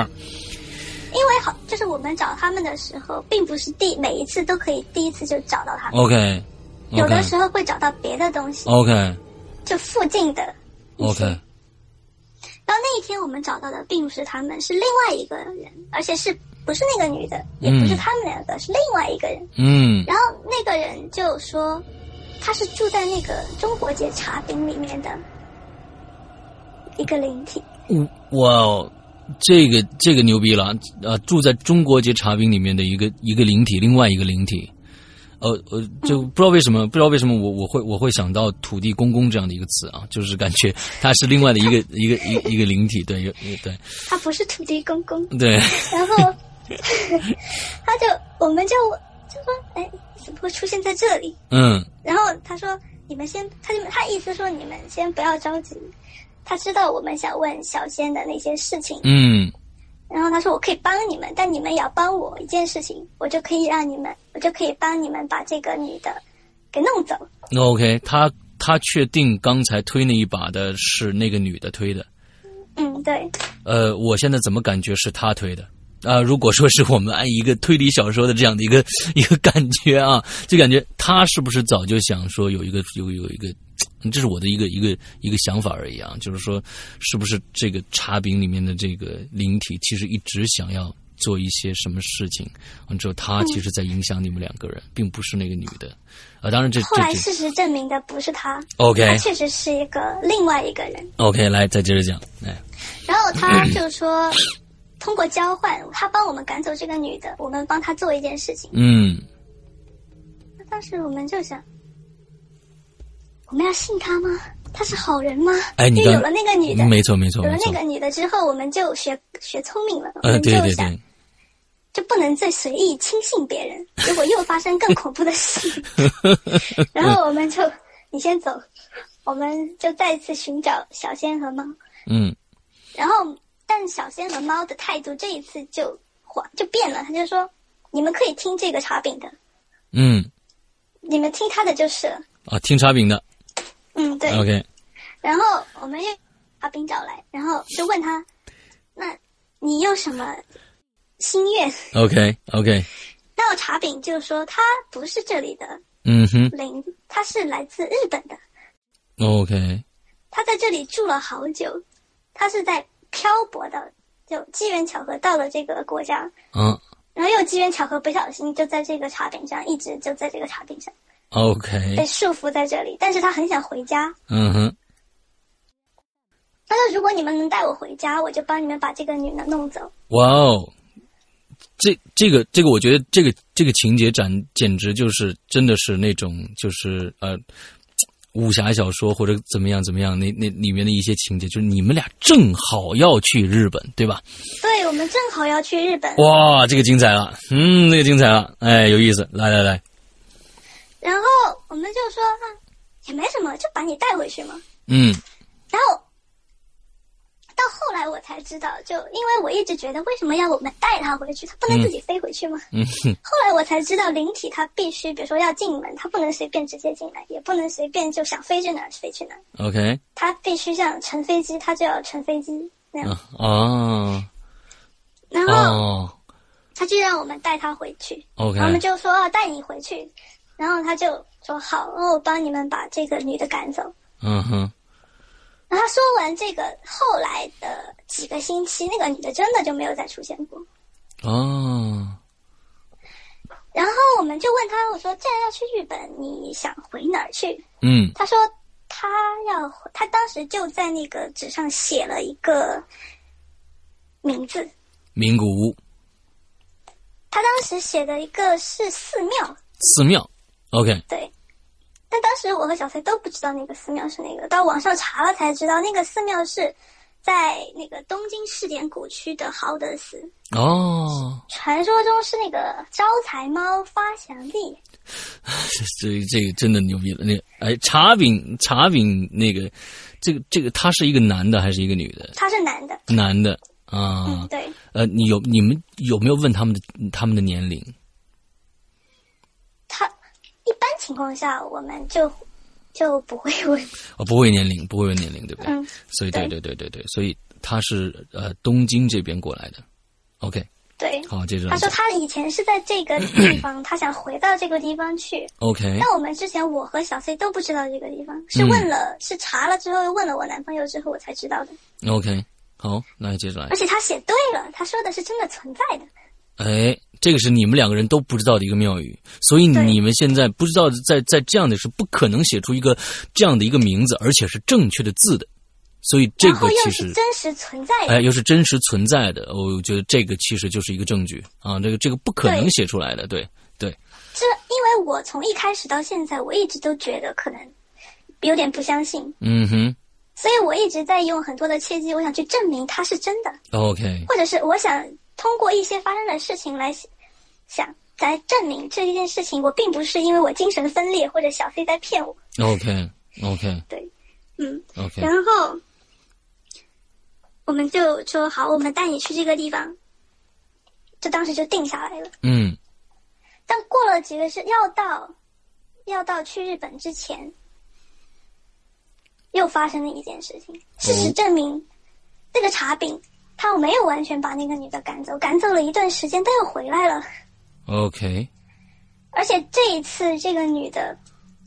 Speaker 5: 因为好，就是我们找他们的时候，并不是第每一次都可以第一次就找到他们，
Speaker 4: OK，OK，
Speaker 5: 有的时候会找到别的东
Speaker 4: 哦
Speaker 5: 西，
Speaker 4: OK
Speaker 5: 就附近的。
Speaker 4: OK，
Speaker 5: 然后那一天我们找到的并不是他们，是另外一个人，而且是不是那个女的，也不是
Speaker 4: 嗯
Speaker 5: 他们两个，是另外一个人。
Speaker 4: 嗯
Speaker 5: 然后那个人就说，他是住在那个中国结茶饼里面的一个灵体。
Speaker 4: 哇哦，这个这个呃牛逼了啊！住在中国结茶饼里面的一个一个灵体，另外一个灵体，呃呃，就
Speaker 5: 嗯
Speaker 4: 不知道为什么，不知道为什么我我会我会想到土地公公这样的一个词啊，就是感觉它是另外的一 个一个一个一个灵体，对，一个对
Speaker 5: 他不是土地公公，
Speaker 4: 对，
Speaker 5: 然后 他就我们就就说，哎，怎么会出现在这里？
Speaker 4: 嗯
Speaker 5: 然后他说：“你们先，他就他意思说你们先不要着急，他知道我们想问小仙的那些事情。
Speaker 4: 嗯
Speaker 5: 然后他说我可以帮你们，但你们也要帮我一件事情，我就可以让你们，我就可以帮你们把这个女的给弄走。
Speaker 4: 那，OK，他他确定刚才推那一把的是那个女的推的，
Speaker 5: 嗯，对，
Speaker 4: 呃，我现在怎么感觉是他推的？啊、如果说是我们按一个推理小说的这样的一个 一个感觉啊，就感觉他是不是早就想说有一个有有一个，这是我的一个一个一个想法而已啊，就是说是不是这个茶饼里面的这个灵体其实一直想要做一些什么事情，完之后他其实在影响你们两个人，并不是那个女的，啊，当然这
Speaker 5: 后
Speaker 4: 这
Speaker 5: 来
Speaker 4: 这
Speaker 5: 事实证明的不是他，他
Speaker 4: ，OK
Speaker 5: 确实是一个另外一个人。
Speaker 4: OK，来再接着讲，哎，
Speaker 5: 然后他就说，通过交换，他帮我们赶走这个女的，我们帮他做一件事情。
Speaker 4: 嗯
Speaker 5: 当时我们就想，我们要信他吗？他是好人吗？
Speaker 4: 哎你
Speaker 5: 因为有
Speaker 4: 刚
Speaker 5: 了那个女的，
Speaker 4: 没错没错
Speaker 5: 有了
Speaker 4: 没
Speaker 5: 那
Speaker 4: 错，
Speaker 5: 个女的之后，我们就学学聪明了，我
Speaker 4: 呃，
Speaker 5: 们就
Speaker 4: 对
Speaker 5: 想
Speaker 4: 对对。
Speaker 5: 就不能再随意轻信别人。如果又发生更恐怖的事， 然后我们就你先走，我们就再次寻找小仙和猫。
Speaker 4: 嗯，
Speaker 5: 然后，但小仙和猫的态度这一次就缓就变了，他就说：“你们可以听这个茶饼的，
Speaker 4: 嗯，
Speaker 5: 你们听他的就是了。
Speaker 4: 啊，听茶饼的。”
Speaker 5: 嗯，对。
Speaker 4: OK，
Speaker 5: 然后我们又把兵找来，然后就问他：“那你有什么心愿
Speaker 4: OK，OK，、
Speaker 5: 然后茶饼就说：“他不是这里的
Speaker 4: 嗯哼
Speaker 5: 灵，他是来自日本的，
Speaker 4: ，OK，
Speaker 5: 他在这里住了好久，他是在漂泊的，就机缘巧合到了这个国家，
Speaker 4: 嗯
Speaker 5: 然后又机缘巧合不小心就在这个茶饼上，一直就在这个茶饼上
Speaker 4: ，OK，
Speaker 5: 被束缚在这里。但是他很想回家，
Speaker 4: 嗯哼，
Speaker 5: 他说：如果你们能带我回家，我就帮你们把这个女的弄走。
Speaker 4: 哇哦，这这个这个，我觉得这个这个情节展简直就是真的是那种就是呃。武侠小说或者怎么样怎么样，那那里面的一些情节，就是你们俩正好要去日本，对吧？
Speaker 5: 对我们正好要去日本。”
Speaker 4: 哇，这个精彩了，嗯，这个精彩了，哎，有意思，来来来，
Speaker 5: 然后我们就说啊，也没什么，就把你带回去嘛。
Speaker 4: 嗯
Speaker 5: 然后到后来我才知道，就因为我一直觉得为什么要我们带他回去，他不能自己飞回去吗？
Speaker 4: 嗯哼
Speaker 5: 后来我才知道，灵体它必须，比如说要进门，它不能随便直接进来，也不能随便就想飞去哪儿飞去哪儿，
Speaker 4: ，OK，
Speaker 5: 它必须像乘飞机，它就要乘飞机那样。
Speaker 4: 啊哦
Speaker 5: 然后
Speaker 4: 哦
Speaker 5: 他就让我们带他回去。
Speaker 4: ，OK，
Speaker 5: 然后我们就说、啊、带你回去，然后他就说好，哦，我帮你们把这个女的赶走。
Speaker 4: 嗯哼，
Speaker 5: 然后他说完这个，后来的几个星期，那个女的真的就没有再出现过。
Speaker 4: 哦，
Speaker 5: 然后我们就问他，我说：“既然要去日本，你想回哪儿去
Speaker 4: 嗯？”
Speaker 5: 他说：“他要回，他当时就在那个纸上写了一个名字，，
Speaker 4: 名古屋
Speaker 5: 他当时写的一个是寺庙，
Speaker 4: 寺庙，OK，
Speaker 5: 对。但当时我和小飞都不知道那个寺庙是哪个，到网上查了才知道，那个寺庙是在那个东京市典谷区的豪德寺。
Speaker 4: 哦，
Speaker 5: 传说中是那个招财猫发祥地，
Speaker 4: 这这个真的牛逼了，那个哎，茶饼茶饼那个，这个这个他是一个男的还是一个女的？
Speaker 5: 他是男的。
Speaker 4: 男的
Speaker 5: 嗯
Speaker 4: 啊，，
Speaker 5: 对，
Speaker 4: 呃，你有你们有没有问他们的他们的年龄？
Speaker 5: 他一般情况下我们就就不会问，
Speaker 4: 哦，不会年龄，不会问年龄，对不对？
Speaker 5: 嗯，
Speaker 4: 所以对对
Speaker 5: 对
Speaker 4: 对对对，所以他是呃东京这边过来的，OK，
Speaker 5: 对。
Speaker 4: 好，接着
Speaker 5: 他说他以前是在这个地 方，他想回到这个地方去。
Speaker 4: OK，
Speaker 5: 但我们之前我和小 C 都不知道这个地方，
Speaker 4: 嗯
Speaker 5: 是问了，是查了之后问了我男朋友之后我才知道的。
Speaker 4: OK，好，那你接着来
Speaker 5: 而。且他写对了，他说的是真的存在的。
Speaker 4: 哎，这个是你们两个人都不知道的一个妙语，所以
Speaker 5: 对
Speaker 4: 你们现在不知道在在这样的是不可能写出一个这样的一个名字，而且是正确的字的，所以这
Speaker 5: 然后
Speaker 4: 个其
Speaker 5: 又
Speaker 4: 实
Speaker 5: 是真实存在的，
Speaker 4: 哎又是真实存在的，我觉得这个其实就是一个证据啊，这个这个不可能写出来的，对对
Speaker 5: 这因为我从一开始到现在，我一直都觉得可能有点不相信，
Speaker 4: 嗯哼
Speaker 5: 所以我一直在用很多的契机，我想去证明它是真的，
Speaker 4: ，OK，
Speaker 5: 或者是我想通过一些发生的事情来想来证明这一件事情，我并不是因为我精神分裂或者小 C 在骗我，
Speaker 4: OK OK
Speaker 5: 对，嗯，
Speaker 4: OK，
Speaker 5: 然后我们就说好，我们带你去这个地方，就当时就定下来了。
Speaker 4: 嗯
Speaker 5: 但过了几个是要到要到去日本之前，又发生了一件事情。事实证明，这个茶饼他没有完全把那个女的赶走，赶走了一段时间，但又回来了。
Speaker 4: OK，
Speaker 5: 而且这一次，这个女的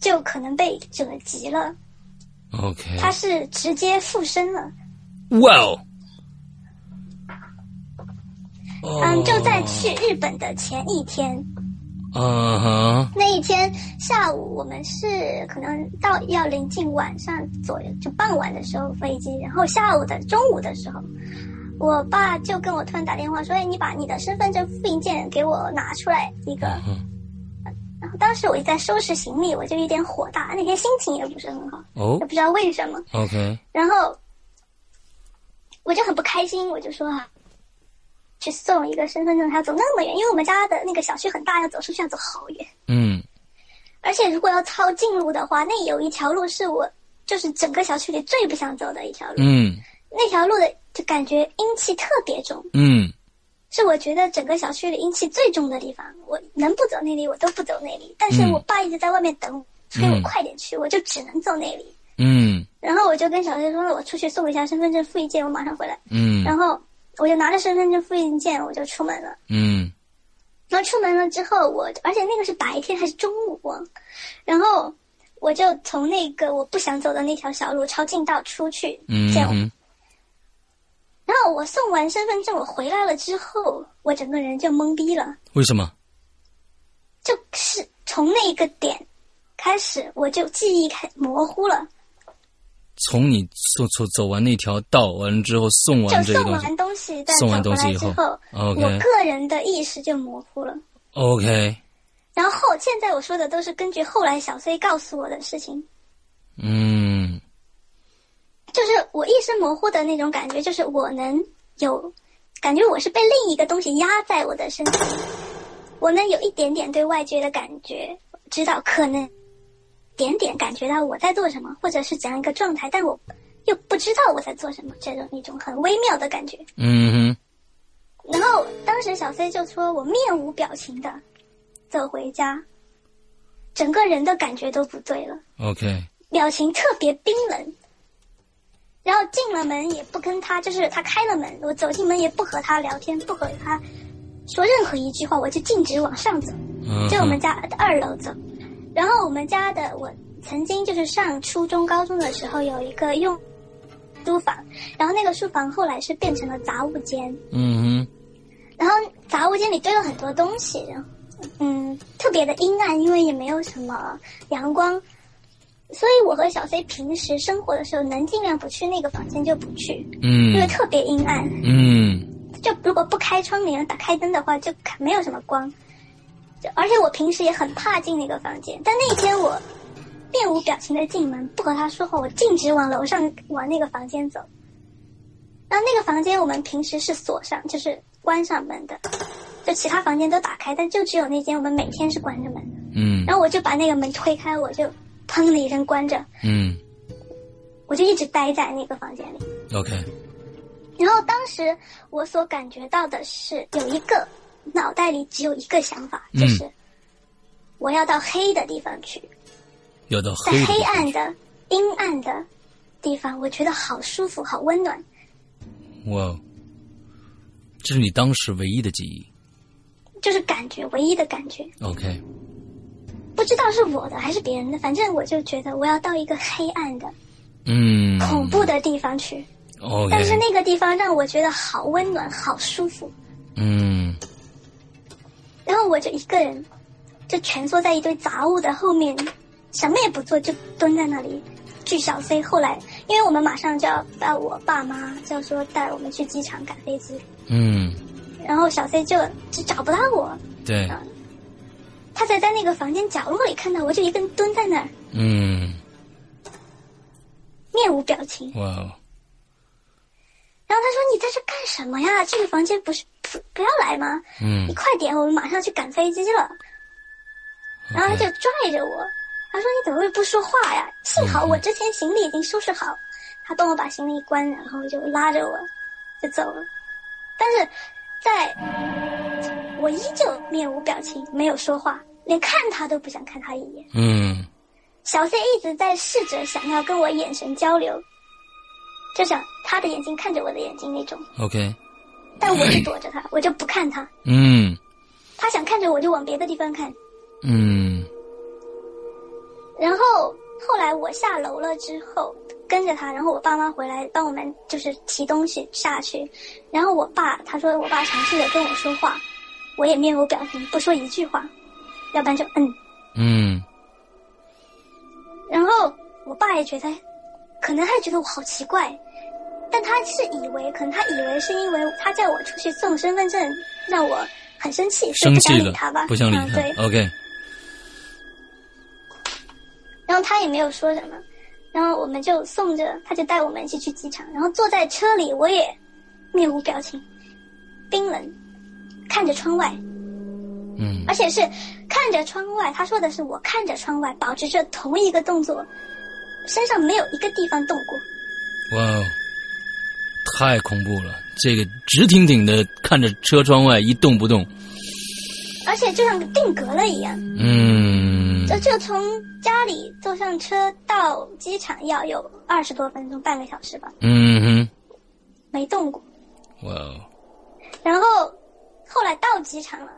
Speaker 5: 就可能被折戟了，
Speaker 4: OK，
Speaker 5: 她是直接附身了。
Speaker 4: 哇哦，
Speaker 5: 嗯，就在去日本的前一天，
Speaker 4: 嗯哼，
Speaker 5: 那一天下午，我们是可能到要临近晚上左右，就傍晚的时候飞机，然后下午的中午的时候，我爸就跟我突然打电话说：“哎，你把你的身份证复印件给我拿出来一个。
Speaker 4: 嗯”
Speaker 5: 然后当时我一在收拾行李，我就有点火大，那天心情也不是很好，
Speaker 4: 哦
Speaker 5: 也不知道为什么。
Speaker 4: ，OK，
Speaker 5: 然后我就很不开心，我就说啊，去送一个身份证，还要走那么远，因为我们家的那个小区很大，要走出去要走好远。
Speaker 4: 嗯
Speaker 5: 而且如果要抄近路的话，那有一条路是我就是整个小区里最不想走的一条路，
Speaker 4: 嗯
Speaker 5: 那条路的就感觉阴气特别重，
Speaker 4: 嗯
Speaker 5: 是我觉得整个小区里阴气最重的地方。我能不走那里我都不走那里，但是
Speaker 4: 嗯
Speaker 5: 我爸一直在外面等我，催我
Speaker 4: 嗯
Speaker 5: 快点去，我就只能走那里。
Speaker 4: 嗯
Speaker 5: 然后我就跟小崔说，我出去送一下身份证复印件，我马上回来。然
Speaker 4: 嗯
Speaker 5: 后我就拿着身份证复印件，我就出门了。
Speaker 4: 嗯
Speaker 5: 然后出门了之后我，而且那个是白天还是中午啊，然后我就从那个我不想走的那条小路抄近道出去，
Speaker 4: 嗯
Speaker 5: 这样。
Speaker 4: 哼
Speaker 5: 然后我送完身份证，我回来了之后，我整个人就懵逼了，
Speaker 4: 为什么？
Speaker 5: 就是从那个点开始，我就记忆开模糊了，
Speaker 4: 从你走走走完那条道完之后，送完
Speaker 5: 就
Speaker 4: 这个
Speaker 5: 送
Speaker 4: 东西
Speaker 5: 完东西再
Speaker 4: 送
Speaker 5: 走
Speaker 4: 完
Speaker 5: 回
Speaker 4: 东西
Speaker 5: 来
Speaker 4: 以
Speaker 5: 之
Speaker 4: 后
Speaker 5: 后，我
Speaker 4: ，OK
Speaker 5: 个人的意识就模糊了。
Speaker 4: ，OK，
Speaker 5: 然后现在我说的都是根据后来小 C 告诉我的事情，
Speaker 4: 嗯
Speaker 5: 就是我意识模糊的那种感觉，就是我能有感觉我是被另一个东西压在我的身体，我能有一点点对外界的感觉，知道可能点点感觉到我在做什么，或者是怎样一个状态，但我又不知道我在做什么，这种一种很微妙的感觉。
Speaker 4: 嗯哼，
Speaker 5: 然后当时小 C 就说我面无表情的走回家，整个人的感觉都不对了。
Speaker 4: OK，
Speaker 5: 表情特别冰冷。然后进了门也不跟他，就是他开了门，我走进门也不和他聊天，不和他说任何一句话，我就径直往上走，
Speaker 4: 嗯
Speaker 5: 就我们
Speaker 4: 哼，
Speaker 5: 家的二楼走。然后我们家的我曾经就是上初中、高中的时候有一个用书房，然后那个书房后来是变成了杂物间，
Speaker 4: 嗯
Speaker 5: 然后杂物间里堆了很多东西，嗯，特别的阴暗，因为也没有什么阳光，所以我和小 C 平时生活的时候，能尽量不去那个房间就不去，
Speaker 4: 哼，嗯
Speaker 5: 因为特别阴暗。
Speaker 4: 嗯
Speaker 5: 就如果不开窗帘、打开灯的话，就看没有什么光。就而且我平时也很怕进那个房间，但那天我面无表情的进门，不和他说话，我径直往楼上往那个房间走。然后那个房间我们平时是锁上，就是关上门的，就其他房间都打开，但就只有那间我们每天是关着门的。
Speaker 4: 嗯
Speaker 5: 然后我就把那个门推开，我就砰的一声关着，
Speaker 4: 嗯
Speaker 5: 我就一直待在那个房间里。
Speaker 4: ，OK，
Speaker 5: 然后当时我所感觉到的是，有一个脑袋里只有一个想法，
Speaker 4: 嗯
Speaker 5: 就是我要到黑的地方去，
Speaker 4: 要到
Speaker 5: 在
Speaker 4: 黑
Speaker 5: 黑
Speaker 4: 的
Speaker 5: 暗的、阴暗的地方，我觉得好舒服，好温暖。
Speaker 4: 哇哦，这是你当时唯一的记忆。
Speaker 5: 就是感觉，唯一的感觉，
Speaker 4: OK，
Speaker 5: 不知道是我的还是别人的，反正我就觉得我要到一个黑暗的、
Speaker 4: 嗯，
Speaker 5: 恐怖的地方去。
Speaker 4: OK，
Speaker 5: 但是那个地方让我觉得好温暖，好舒服。
Speaker 4: 嗯
Speaker 5: 然后我就一个人，就蜷缩在一堆杂物的后面，什么也不做，就蹲在那里。据小 C 后来，因为我们马上就要把我爸妈就说带我们去机场赶飞机，
Speaker 4: 嗯，
Speaker 5: 然后小 C 就就找不到我，
Speaker 4: 对，
Speaker 5: 嗯他才在那个房间角落里看到我，就一个人蹲在那儿，
Speaker 4: 嗯，
Speaker 5: 面无表情。
Speaker 4: 哇哦，
Speaker 5: 然后他说：“你在这干什么呀？这个房间不是不不要来吗？
Speaker 4: 嗯
Speaker 5: 你快点，我们马上去赶飞机了。”然后他就拽着我，他说：“你怎么会不说话呀？幸好我之前行李已经收拾好。”他帮我把行李一关，然后就拉着我就走了。但是在我依旧面无表情，没有说话，连看他都不想看他一眼。
Speaker 4: 嗯
Speaker 5: 小 C 一直在试着想要跟我眼神交流，就想他的眼睛看着我的眼睛那种，
Speaker 4: ，OK，
Speaker 5: 但我就躲着他，我就不看他。
Speaker 4: 嗯
Speaker 5: 他想看着我就往别的地方看。
Speaker 4: 嗯
Speaker 5: 然后后来我下楼了之后，跟着他，然后我爸妈回来帮我们就是提东西下去，然后我爸他说我爸尝试着跟我说话，我也面无表情，不说一句话，要不然就嗯。
Speaker 4: 嗯
Speaker 5: 然后我爸也觉得，可能他也觉得我好奇怪，但他是以为，可能他以为是因为他叫我出去送身份证，让我很生气，所以
Speaker 4: 生
Speaker 5: 不
Speaker 4: 气
Speaker 5: 想理
Speaker 4: 了
Speaker 5: 他吧，，
Speaker 4: 不想理
Speaker 5: 嗯、
Speaker 4: 他
Speaker 5: 对，
Speaker 4: ，OK，
Speaker 5: 然后他也没有说什么，然后我们就送着，他就带我们一起去机场，然后坐在车里，我也面无表情，冰冷，看着窗外，
Speaker 4: 嗯
Speaker 5: 而且是看着窗外。他说的是我看着窗外，保持着同一个动作，身上没有一个地方动过。
Speaker 4: 哇哦，太恐怖了！这个直挺挺的看着车窗外一动不动，
Speaker 5: 而且就像定格了一样，
Speaker 4: 嗯
Speaker 5: 这就从家里坐上车到机场要有二十多分钟，半个小时吧，
Speaker 4: 嗯
Speaker 5: 没动过。
Speaker 4: 哼，哇哦，
Speaker 5: 然后后来到机场了，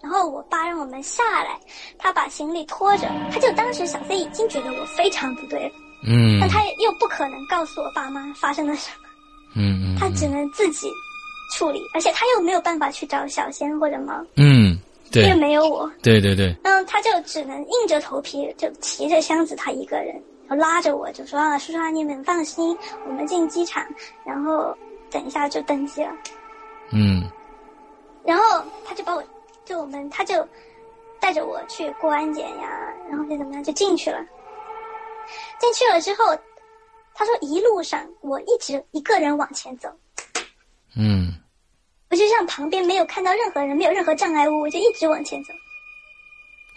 Speaker 5: 然后我爸让我们下来，他把行李拖着，他就当时小 C 已经觉得我非常不对了，
Speaker 4: 嗯
Speaker 5: 但他又不可能告诉我爸妈发生了什么，
Speaker 4: 嗯
Speaker 5: 他
Speaker 4: 嗯
Speaker 5: 只能自己处理，而且他又没有办法去找小仙或者猫，
Speaker 4: 嗯，
Speaker 5: 因
Speaker 4: 对
Speaker 5: 为没有我，
Speaker 4: 对对对，
Speaker 5: 嗯，他就只能硬着头皮就提着箱子，他一个人，然后拉着我就说啊，叔叔阿姨们放心，我们进机场，然后等一下就登机了。
Speaker 4: 嗯
Speaker 5: 然后他就把我，就我们，他就带着我去过安检呀，然后就怎么样就进去了。进去了之后，他说一路上我一直一个人往前走，
Speaker 4: 嗯
Speaker 5: 我就像旁边没有看到任何人，没有任何障碍物，我就一直往前走，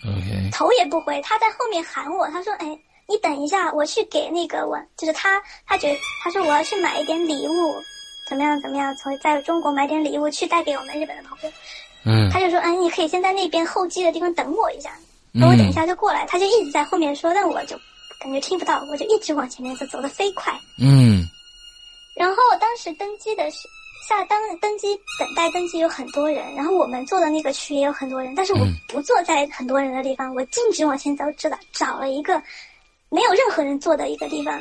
Speaker 4: ，OK，
Speaker 5: 头也不回。他在后面喊我，他说：“哎，你等一下，我去给那个我，就是他，他觉得他说我要去买一点礼物，怎么样怎么样，从在中国买点礼物去带给我们日本的朋友。”
Speaker 4: 嗯
Speaker 5: 他就说：“哎，你可以先在那边候机的地方等我一下，等我等一下就过来。”他就一直在后面说，但我就感觉听不到，我就一直往前面走，走得飞快。
Speaker 4: 嗯
Speaker 5: 然后当时登机的是下当登机等待登机有很多人，然后我们坐的那个区也有很多人，但是我
Speaker 4: 嗯
Speaker 5: 不坐在很多人的地方，我径直往前走，找找了一个没有任何人坐的一个地方，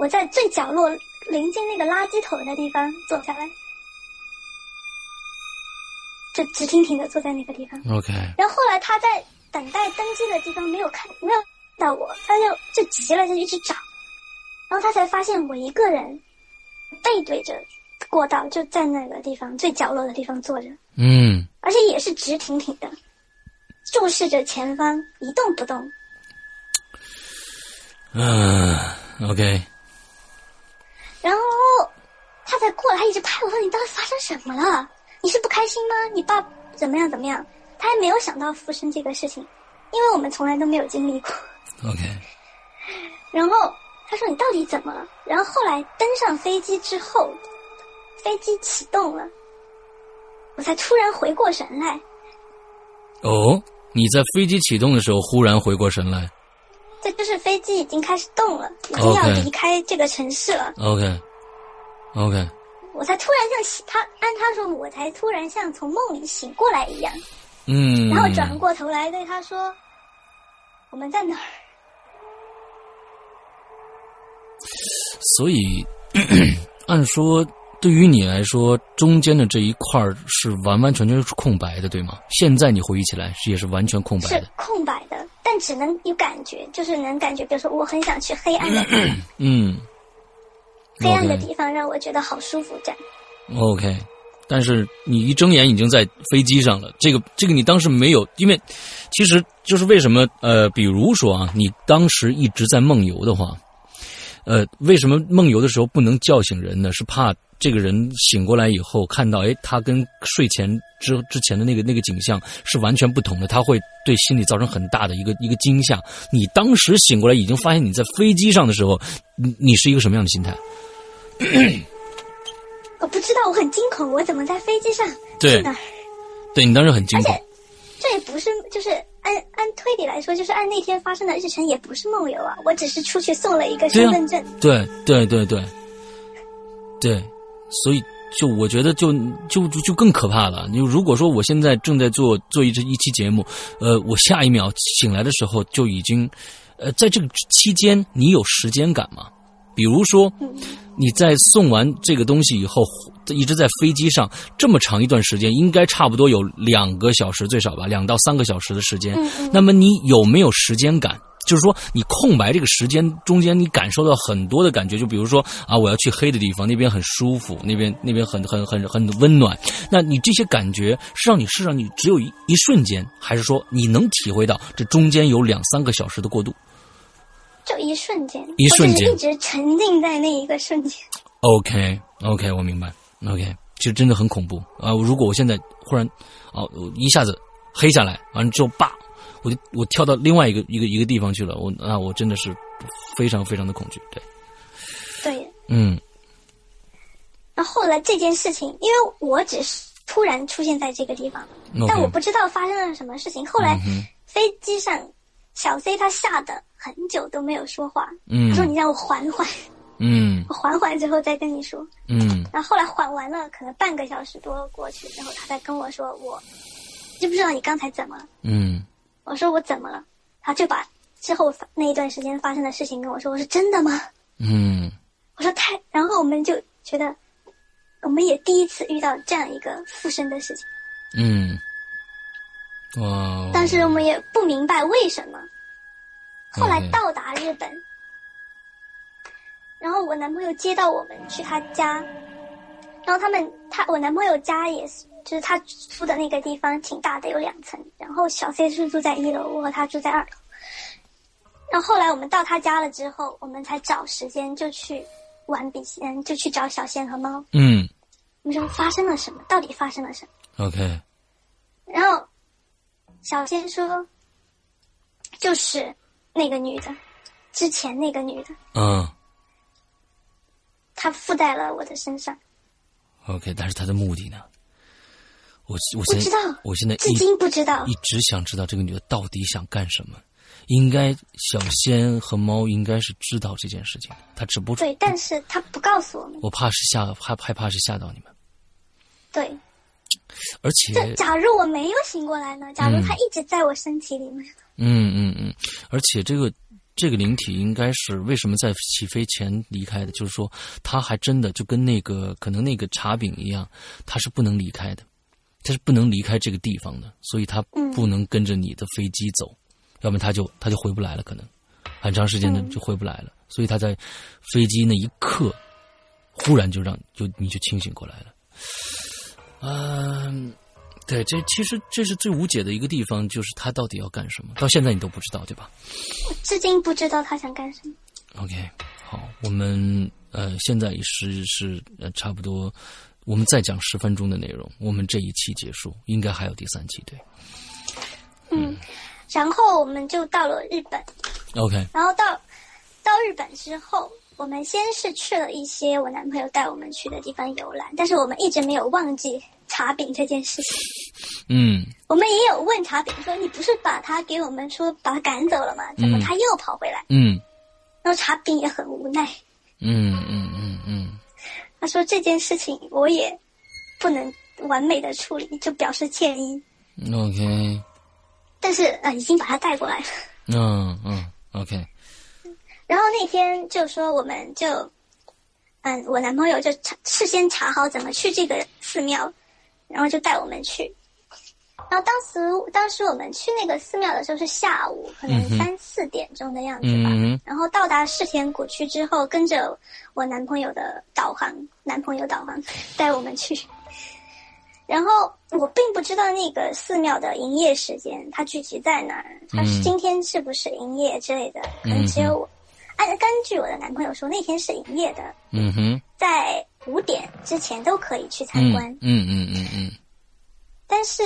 Speaker 5: 我在最角落临近那个垃圾桶的地方坐下来，就直挺挺的坐在那个地方。
Speaker 4: 嗯，OK，
Speaker 5: 然后后来他在等待登机的地方没有看没有看到我，他就就急了，他就一直找，然后他才发现我一个人背对着过道，就在那个地方最角落的地方坐着，
Speaker 4: 嗯
Speaker 5: 而且也是直挺挺的，注视着前方一动不动。
Speaker 4: 啊，OK，
Speaker 5: 然后他才过来，他一直拍我说：“你到底发生什么了？你是不开心吗？你爸怎么样怎么样？”他还没有想到附身这个事情，因为我们从来都没有经历过。
Speaker 4: OK，
Speaker 5: 然后他说：“你到底怎么了？”然后后来登上飞机之后，飞机启动了，我才突然回过神来。
Speaker 4: 哦，你在飞机启动的时候忽然回过神来
Speaker 5: 这就是飞机已经开始动了，已经要
Speaker 4: OK
Speaker 5: 离开这个城市了。
Speaker 4: ，OK，OK，
Speaker 5: 我才突然像醒，他按他说，我才突然像从梦里醒过来一样。
Speaker 4: 嗯，
Speaker 5: 然后转过头来对他说：“我们在哪儿
Speaker 4: 所以， 按说对于你来说，中间的这一块儿是完完全全是空白的，对吗？现在你回忆起来是也是完全空？”白
Speaker 5: 是
Speaker 4: 的。
Speaker 5: 空白的，但只能有感觉，就是能感觉，比如说我很想去黑暗的地方
Speaker 4: 嗯
Speaker 5: 黑暗的
Speaker 4: OK
Speaker 5: 地方让我觉得好舒服，这样。
Speaker 4: ，OK，但是你一睁眼已经在飞机上了，这个这个你当时没有，因为其实就是为什么呃，比如说啊，你当时一直在梦游的话，呃，为什么梦游的时候不能叫醒人呢？是怕这个人醒过来以后看到，哎，他跟睡前之之前的那个那个景象是完全不同的，他会对心理造成很大的一个一个惊吓。你当时醒过来已经发现你在飞机上的时候，你你是一个什么样的心态？
Speaker 5: 我不知道，我很惊恐，我怎么在飞机上？
Speaker 4: 对
Speaker 5: 是的，
Speaker 4: 对你当时很惊恐，
Speaker 5: 这也不是，就是按按推理来说，就是按那天发生的日程，也不是梦游啊。我只是出去送了一个
Speaker 4: 对
Speaker 5: 身
Speaker 4: 啊
Speaker 5: 份证，
Speaker 4: 对对对对，对，所以就我觉得就就就就更可怕了。你如果说我现在正在做做一一期节目，呃，我下一秒醒来的时候就已经，呃，在这个期间你有时间感吗？比如说，你在送完这个东西以后，一直在飞机上这么长一段时间，应该差不多有两个小时最少吧，两到三个小时的时间。那么你有没有时间感？就是说，你空白这个时间中间，你感受到很多的感觉，就比如说啊，我要去黑的地方，那边很舒服，那边那边很很很很温暖。那你这些感觉是让你是让你只有一一瞬间，还是说你能体会到这中间有两三个小时的过渡？
Speaker 5: 就一瞬间，
Speaker 4: 一瞬间
Speaker 5: 我只是一直沉浸在那一个瞬间。
Speaker 4: OK OK，我明白。OK，其实真的很恐怖啊、如果我现在忽然哦、我一下子黑下来，完了之后叭，我就我跳到另外一个一个一个地方去了，我啊我真的是非常非常的恐惧。对，
Speaker 5: 对，
Speaker 4: 嗯
Speaker 5: 然后后来这件事情，因为我只是突然出现在这个地方，
Speaker 4: ，OK，嗯
Speaker 5: 但我不知道发生了什么事情。后来飞机上，小 C 他吓得很久都没有说话，
Speaker 4: 嗯
Speaker 5: 他说：“你让我缓缓，
Speaker 4: 嗯
Speaker 5: 我缓缓之后再跟你说。”
Speaker 4: 嗯
Speaker 5: 然后后来缓完了，可能半个小时多过去之后，他才跟我说我知不知道你刚才怎么了？
Speaker 4: 嗯
Speaker 5: 我说我怎么了？他就把之后发那一段时间发生的事情跟我说。我说真的吗？
Speaker 4: 嗯
Speaker 5: 我说太，然后我们就觉得我们也第一次遇到这样一个附身的事情，
Speaker 4: 嗯，哇，
Speaker 5: 当时我们也不明白为什么。后来
Speaker 4: 嗯
Speaker 5: 到达日本，然后我男朋友接到我们去他家，然后他们他我男朋友家也是，就是他住的那个地方挺大的，有两层，然后小 C 是住在一楼，我和他住在二楼。然后后来我们到他家了之后，我们才找时间就去玩笔仙，就去找小仙和猫。
Speaker 4: 嗯
Speaker 5: 我们说发生了什么？到底发生了什么？
Speaker 4: OK，
Speaker 5: 然后小仙说，就是那个女的，之前那个女的，
Speaker 4: 嗯
Speaker 5: 她附在了我的身上，
Speaker 4: OK，但是他的目的呢？我我
Speaker 5: 不
Speaker 4: 现
Speaker 5: 知
Speaker 4: 在
Speaker 5: 道
Speaker 4: 我现在
Speaker 5: 至
Speaker 4: 一
Speaker 5: 今不知道
Speaker 4: 一。直想知道这个女的到底想干什么。应该小仙和猫应该是知道这件事情的，她只不过
Speaker 5: 对，但是她不告诉我们。
Speaker 4: 我怕是吓害害怕是吓到你们，
Speaker 5: 对，
Speaker 4: 而
Speaker 5: 这
Speaker 4: 且
Speaker 5: 假如我没有醒过来呢？假如她一直在我身体里面，
Speaker 4: 嗯嗯嗯，而且这个这个灵体应该是为什么在起飞前离开的？就是说，他还真的就跟那个可能那个茶饼一样，他是不能离开的，他是不能离开这个地方的，所以他
Speaker 5: 嗯
Speaker 4: 不能跟着你的飞机走，要么他就他就回不来了，可能很长时间的就回不来了，所以他在飞机那一刻，忽然就让就你就清醒过来了，嗯、对，这其实这是最无解的一个地方，就是他到底要干什么，到现在你都不知道，对吧
Speaker 5: 我至今不知道她想干什么。
Speaker 4: ？OK，好，我们呃现在也是是呃差不多，我们再讲十分钟的内容，我们这一期结束，应该还有第三期，对
Speaker 5: 然后我们就到了日本，
Speaker 4: ？OK，
Speaker 5: 然后到到日本之后，我们先是去了一些我男朋友带我们去的地方游览，但是我们一直没有忘记茶饼这件事情。
Speaker 4: 嗯
Speaker 5: 我们也有问茶饼说：“你不是把他给我们说把他赶走了吗？怎么
Speaker 4: 嗯
Speaker 5: 他又跑回来
Speaker 4: 嗯？”
Speaker 5: 然后茶饼也很无奈，
Speaker 4: 嗯嗯嗯嗯
Speaker 5: 他说：“这件事情我也不能完美的处理，就表示歉意。
Speaker 4: 嗯，OK，
Speaker 5: 但是呃，已经把他带过来了。
Speaker 4: 嗯嗯，OK，
Speaker 5: 然后那天就说我们就，嗯，我男朋友就查事先查好怎么去这个寺庙，然后就带我们去。然后当时当时我们去那个寺庙的时候是下午，可能三四点钟的样子吧。
Speaker 4: 嗯哼
Speaker 5: 然后到达世田谷区之后，跟着我男朋友的导航，男朋友导航带我们去。然后我并不知道那个寺庙的营业时间，它具体在哪儿，它是今天是不是营业之类的，可能只有我。按根据我的男朋友说，那天是营业的，
Speaker 4: 嗯哼，
Speaker 5: 在五点之前都可以去参观。
Speaker 4: 嗯嗯嗯嗯
Speaker 5: 但是，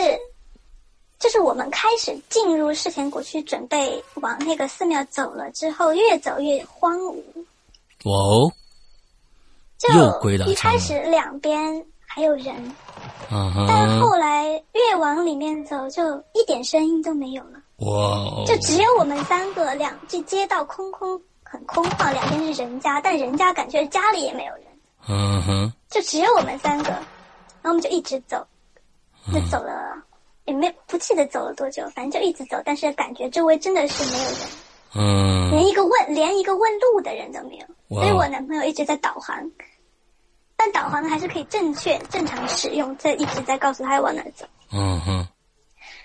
Speaker 5: 就是我们开始进入世田谷区，准备往那个寺庙走了之后，越走越荒芜。
Speaker 4: 嗯，哇哦，
Speaker 5: 就
Speaker 4: 又鬼打墙了
Speaker 5: 一开始两边还有人，
Speaker 4: 啊
Speaker 5: 但
Speaker 4: 哈，
Speaker 5: 后来越往里面走，就一点声音都没有了，
Speaker 4: 哇哦，
Speaker 5: 就只有我们三个，两这街道空空，很空旷，两边是人家，但人家感觉家里也没有人，
Speaker 4: 嗯哼，
Speaker 5: 就只有我们三个，然后我们就一直走，
Speaker 4: 嗯
Speaker 5: 就走了，也没不记得走了多久，反正就一直走，但是感觉周围真的是没有人，
Speaker 4: 嗯
Speaker 5: 连一个问连一个问路的人都没有，
Speaker 4: 哇哦
Speaker 5: 所以我男朋友一直在导航，但导航呢还是可以正确正常使用，这一直在告诉他要往哪儿走。
Speaker 4: 嗯哼，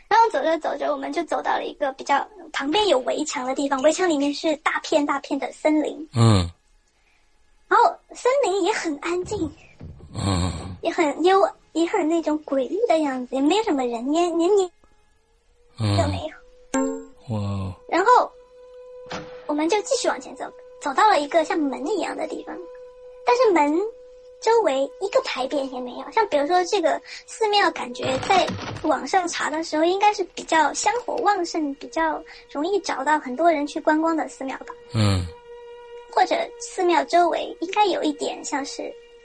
Speaker 5: 然后走着走着，我们就走到了一个比较旁边有围墙的地方，围墙里面是大片大片的森林，
Speaker 4: 嗯
Speaker 5: 然后森林也很安静，
Speaker 4: 嗯
Speaker 5: 也很也有也很那种诡异的样子，也没有什么人烟，连你都没
Speaker 4: 嗯，
Speaker 5: 有。
Speaker 4: 哇哦，
Speaker 5: 然后我们就继续往前走，走到了一个像门一样的地方，但是门周围一个牌匾也没有。像比如说这个寺庙，感觉在网上查的时候，应该是比较香火旺盛、比较容易找到很多人去观光的寺庙吧。
Speaker 4: 嗯
Speaker 5: 或者寺庙周围应该有一点像是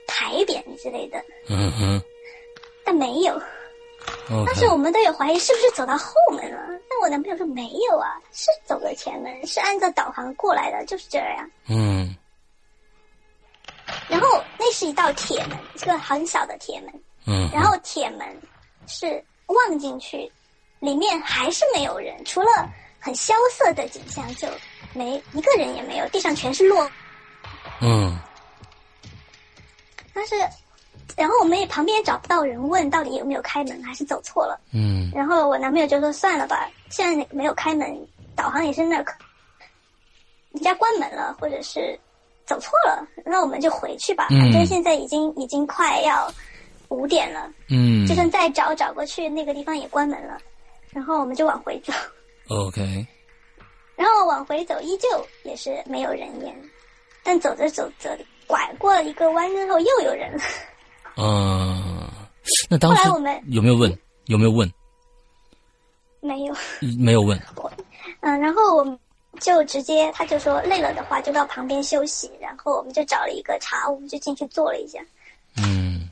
Speaker 5: 牌匾之类的，
Speaker 4: 嗯哼
Speaker 5: 但没有。当时
Speaker 4: ，OK，
Speaker 5: 我们都有怀疑是不是走到后门了，但我男朋友说没有啊，是走了前门，是按照导航过来的，就是这样。
Speaker 4: 嗯
Speaker 5: 然后那是一道铁门，是个很小的铁门。
Speaker 4: 嗯
Speaker 5: 然后铁门是望进去，里面还是没有人，除了很萧瑟的景象，就没一个人也没有，地上全是落。
Speaker 4: 嗯
Speaker 5: 但是，然后我们也旁边也找不到人问到底有没有开门，还是走错了。
Speaker 4: 嗯
Speaker 5: 然后我男朋友就说算了吧，现在没有开门，导航也是那儿可，人家关门了，或者是走错了，那我们就回去吧。
Speaker 4: 嗯
Speaker 5: 反正现在已经已经快要五点了，
Speaker 4: 嗯
Speaker 5: 就算再找找过去，那个地方也关门了。然后我们就往回走，
Speaker 4: ，OK，
Speaker 5: 然后往回走依旧也是没有人烟，但走着走着拐过了一个弯之后又有人了。
Speaker 4: 嗯，那
Speaker 5: 后
Speaker 4: 当时
Speaker 5: 来我们
Speaker 4: 有没有问？有没有问？
Speaker 5: 没有。
Speaker 4: 没有问，
Speaker 5: 嗯，然后我们就直接，他就说累了的话就到旁边休息，然后我们就找了一个茶屋就进去坐了一下。
Speaker 4: 嗯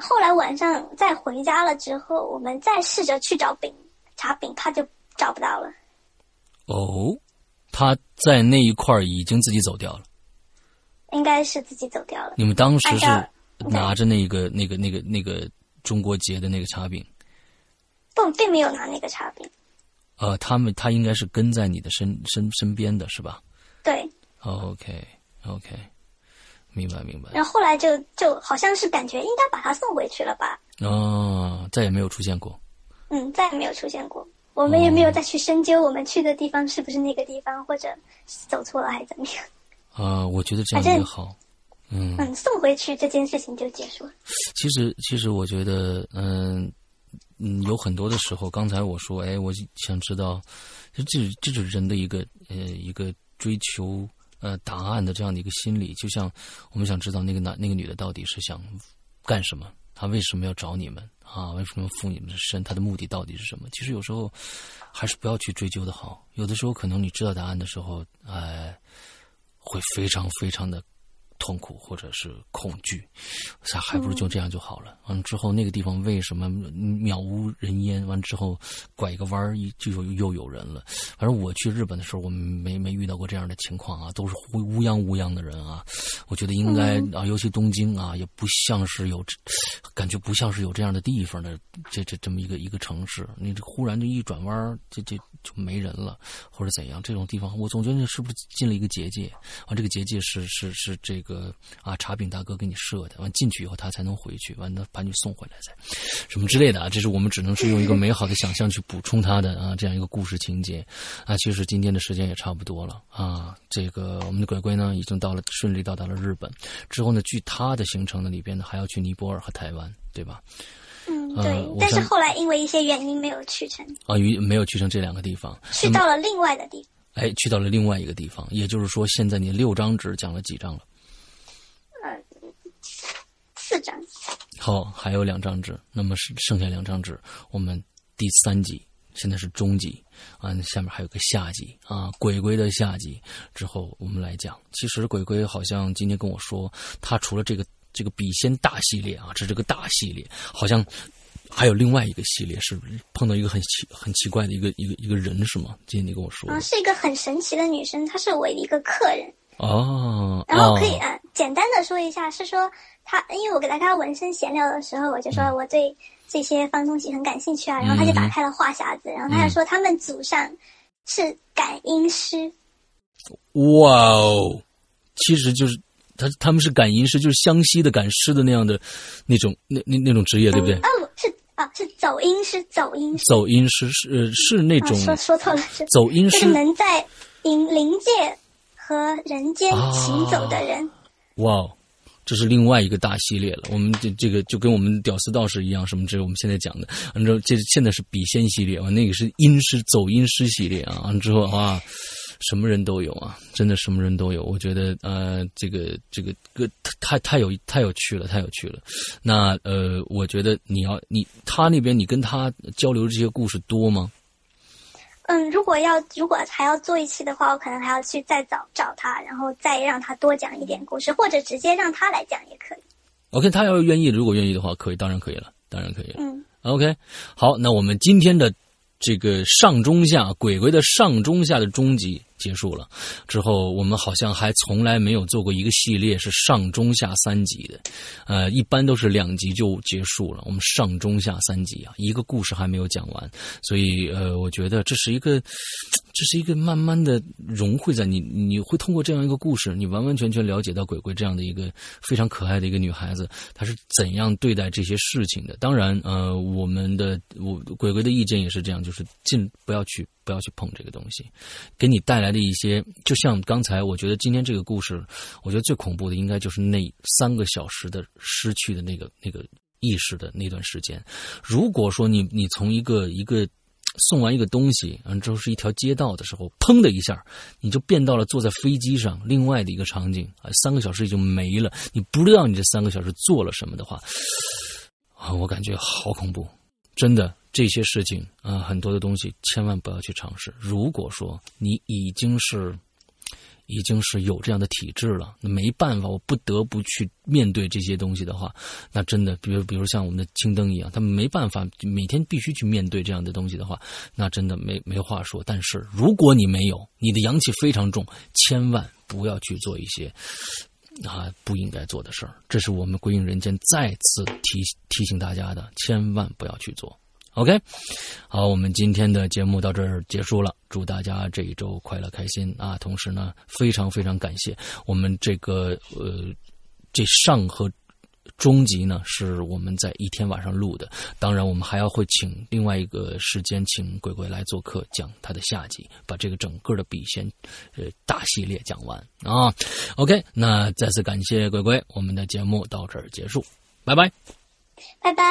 Speaker 5: 后来晚上再回家了之后，我们再试着去找饼茶饼，他就找不到了。
Speaker 4: 哦，他在那一块儿已经自己走掉了。
Speaker 5: 应该是自己走掉了，
Speaker 4: 你们当时
Speaker 5: 按
Speaker 4: 是
Speaker 5: 照
Speaker 4: 拿着那个那个那个那个中国结的那个茶饼，
Speaker 5: 不，并没有拿那个茶饼。
Speaker 4: 呃，他们他应该是跟在你的身身身边的是吧
Speaker 5: 对，
Speaker 4: ？OK OK，明白明白。
Speaker 5: 然后后来就就好像是感觉应该把他送回去了吧，
Speaker 4: 哦，再也没有出现过。
Speaker 5: 嗯，再也没有出现过。我们也没有再去深究我们去的地方是不是那个地方，或者走错了还是怎么样。
Speaker 4: 啊、我觉得这样
Speaker 5: 反
Speaker 4: 也
Speaker 5: 正
Speaker 4: 好。嗯，
Speaker 5: 嗯，送回去这件事情就结束了。
Speaker 4: 其实，其实我觉得，嗯、嗯，有很多的时候，刚才我说，哎，我就想知道，就这这就是人的一个呃一个追求呃答案的这样的一个心理，就像我们想知道那个男那个女的到底是想干什么，她为什么要找你们啊？为什么附你们的身？她的目的到底是什么？其实有时候还是不要去追究的好，有的时候可能你知道答案的时候，呃，会非常非常的痛苦或者是恐惧。还还不如就这样就好了。完了之后，那个地方为什么嗯渺无人烟？完了之后，拐一个弯儿一就有又有人了。反正我去日本的时候，我没没遇到过这样的情况啊，都是乌乌泱乌泱的人啊。我觉得应该、啊，尤其东京啊，也不像是有这，感觉不像是有这样的地方的这这这么一个一个城市。你这忽然就一转弯儿，这这就没人了，或者怎样？这种地方，我总觉得是不是进了一个结界？完，这个结界是是是这个啊茶饼大哥给你设的，完进去以后他才能回去，完了把你送回来再什么之类的啊，这是我们只能是用一个美好的想象去补充他的啊这样一个故事情节啊。其实今天的时间也差不多了啊，这个我们的鬼鬼呢已经到了顺利到达了日本之后呢，据他的行程呢里边呢还要去尼泊尔和台湾，对吧？
Speaker 5: 嗯，嗯，对
Speaker 4: 呃我。
Speaker 5: 但是
Speaker 4: 相
Speaker 5: 后来因为一些原因没有去成，
Speaker 4: 啊，于没有去成这两个地方，
Speaker 5: 去到了另外的地方。
Speaker 4: 哎，去到了另外一个地方，也就是说，现在你六张纸讲了几张了？
Speaker 5: 四张，
Speaker 4: 好，还有两张纸，那么是剩下两张纸，我们第三集现在是中集啊，下面还有个下集啊，鬼鬼的下集之后我们来讲。其实鬼鬼好像今天跟我说，他除了这个这个笔仙大系列啊，这是个大系列，好像还有另外一个系列是碰到一个很奇很奇怪的一个一个一个人是吗？今天你跟我说
Speaker 5: 啊，是一个很神奇的女生，她是我一个客人，
Speaker 4: 哦，
Speaker 5: 然后
Speaker 4: 哦
Speaker 5: 可以啊，简单的说一下，是说她，因为我给大家纹身闲聊的时候，我就
Speaker 4: 嗯
Speaker 5: 说我对这些方东西很感兴趣啊，然后她就打开了话匣子，然后她
Speaker 4: 嗯
Speaker 5: 就说他们祖上是感应师，
Speaker 4: 哇哦，其实就是他他们是赶吟师，就是湘西的赶尸的那样的那种那那那种职业，对不对？
Speaker 5: 啊，不是啊，是走音师，走音师，
Speaker 4: 走音师是呃是那
Speaker 5: 啊，
Speaker 4: 种
Speaker 5: 说说错了，是
Speaker 4: 走音
Speaker 5: 就是
Speaker 4: 师，
Speaker 5: 能在灵灵界和人间行走的人。
Speaker 4: 哇哦。这是另外一个大系列了，我们这这个就跟我们屌丝道士一样，什么这是我们现在讲的，按照这现在是笔仙系列啊，那个是阴师走阴师系列啊，完之后啊，什么人都有啊，真的什么人都有。我觉得呃，这个这个个太太有太有趣了，太有趣了。那呃，我觉得你要你他那边你跟他交流这些故事多吗？
Speaker 5: 嗯，如果要如果还要做一期的话，我可能还要去再找找他，然后再让他多讲一点故事，或者直接让他来讲也可以。
Speaker 4: OK，他要是愿意，如果愿意的话，可以，当然可以了，当然可以了。
Speaker 5: 嗯
Speaker 4: OK，好，那我们今天的这个上中下鬼鬼的上中下的终极结束了之后，我们好像还从来没有做过一个系列是上中下三集的，呃，一般都是两集就结束了。我们上中下三集啊，一个故事还没有讲完，所以呃，我觉得这是一个，这是一个慢慢的融汇在你，你会通过这样一个故事，你完完全全了解到鬼鬼这样的一个非常可爱的一个女孩子，她是怎样对待这些事情的。当然，呃，我们的我鬼鬼的意见也是这样，就是尽不要去不要去碰这个东西，给你带来的一些，就像刚才，我觉得今天这个故事，我觉得最恐怖的应该就是那三个小时的失去的那个那个意识的那段时间。如果说你你从一个一个送完一个东西，然后之后是一条街道的时候，砰的一下，你就变到了坐在飞机上另外的一个场景啊，三个小时已经没了，你不知道你这三个小时做了什么的话，啊，我感觉好恐怖，真的。这些事情啊、很多的东西千万不要去尝试。如果说你已经是已经是有这样的体质了，那没办法，我不得不去面对这些东西的话，那真的，比如比如像我们的青灯一样，他们没办法每天必须去面对这样的东西的话，那真的没没话说。但是如果你没有，你的阳气非常重，千万不要去做一些啊不应该做的事儿。这是我们归隐人间再次提提醒大家的，千万不要去做。OK，好，我们今天的节目到这儿结束了。祝大家这一周快乐开心啊！同时呢，非常非常感谢我们这个呃，这上和中集呢是我们在一天晚上录的。当然，我们还要会请另外一个时间，请鬼鬼来做客，讲他的下集，把这个整个的笔仙呃大系列讲完啊。OK，那再次感谢鬼鬼，我们的节目到这儿结束，拜拜。
Speaker 5: 拜拜。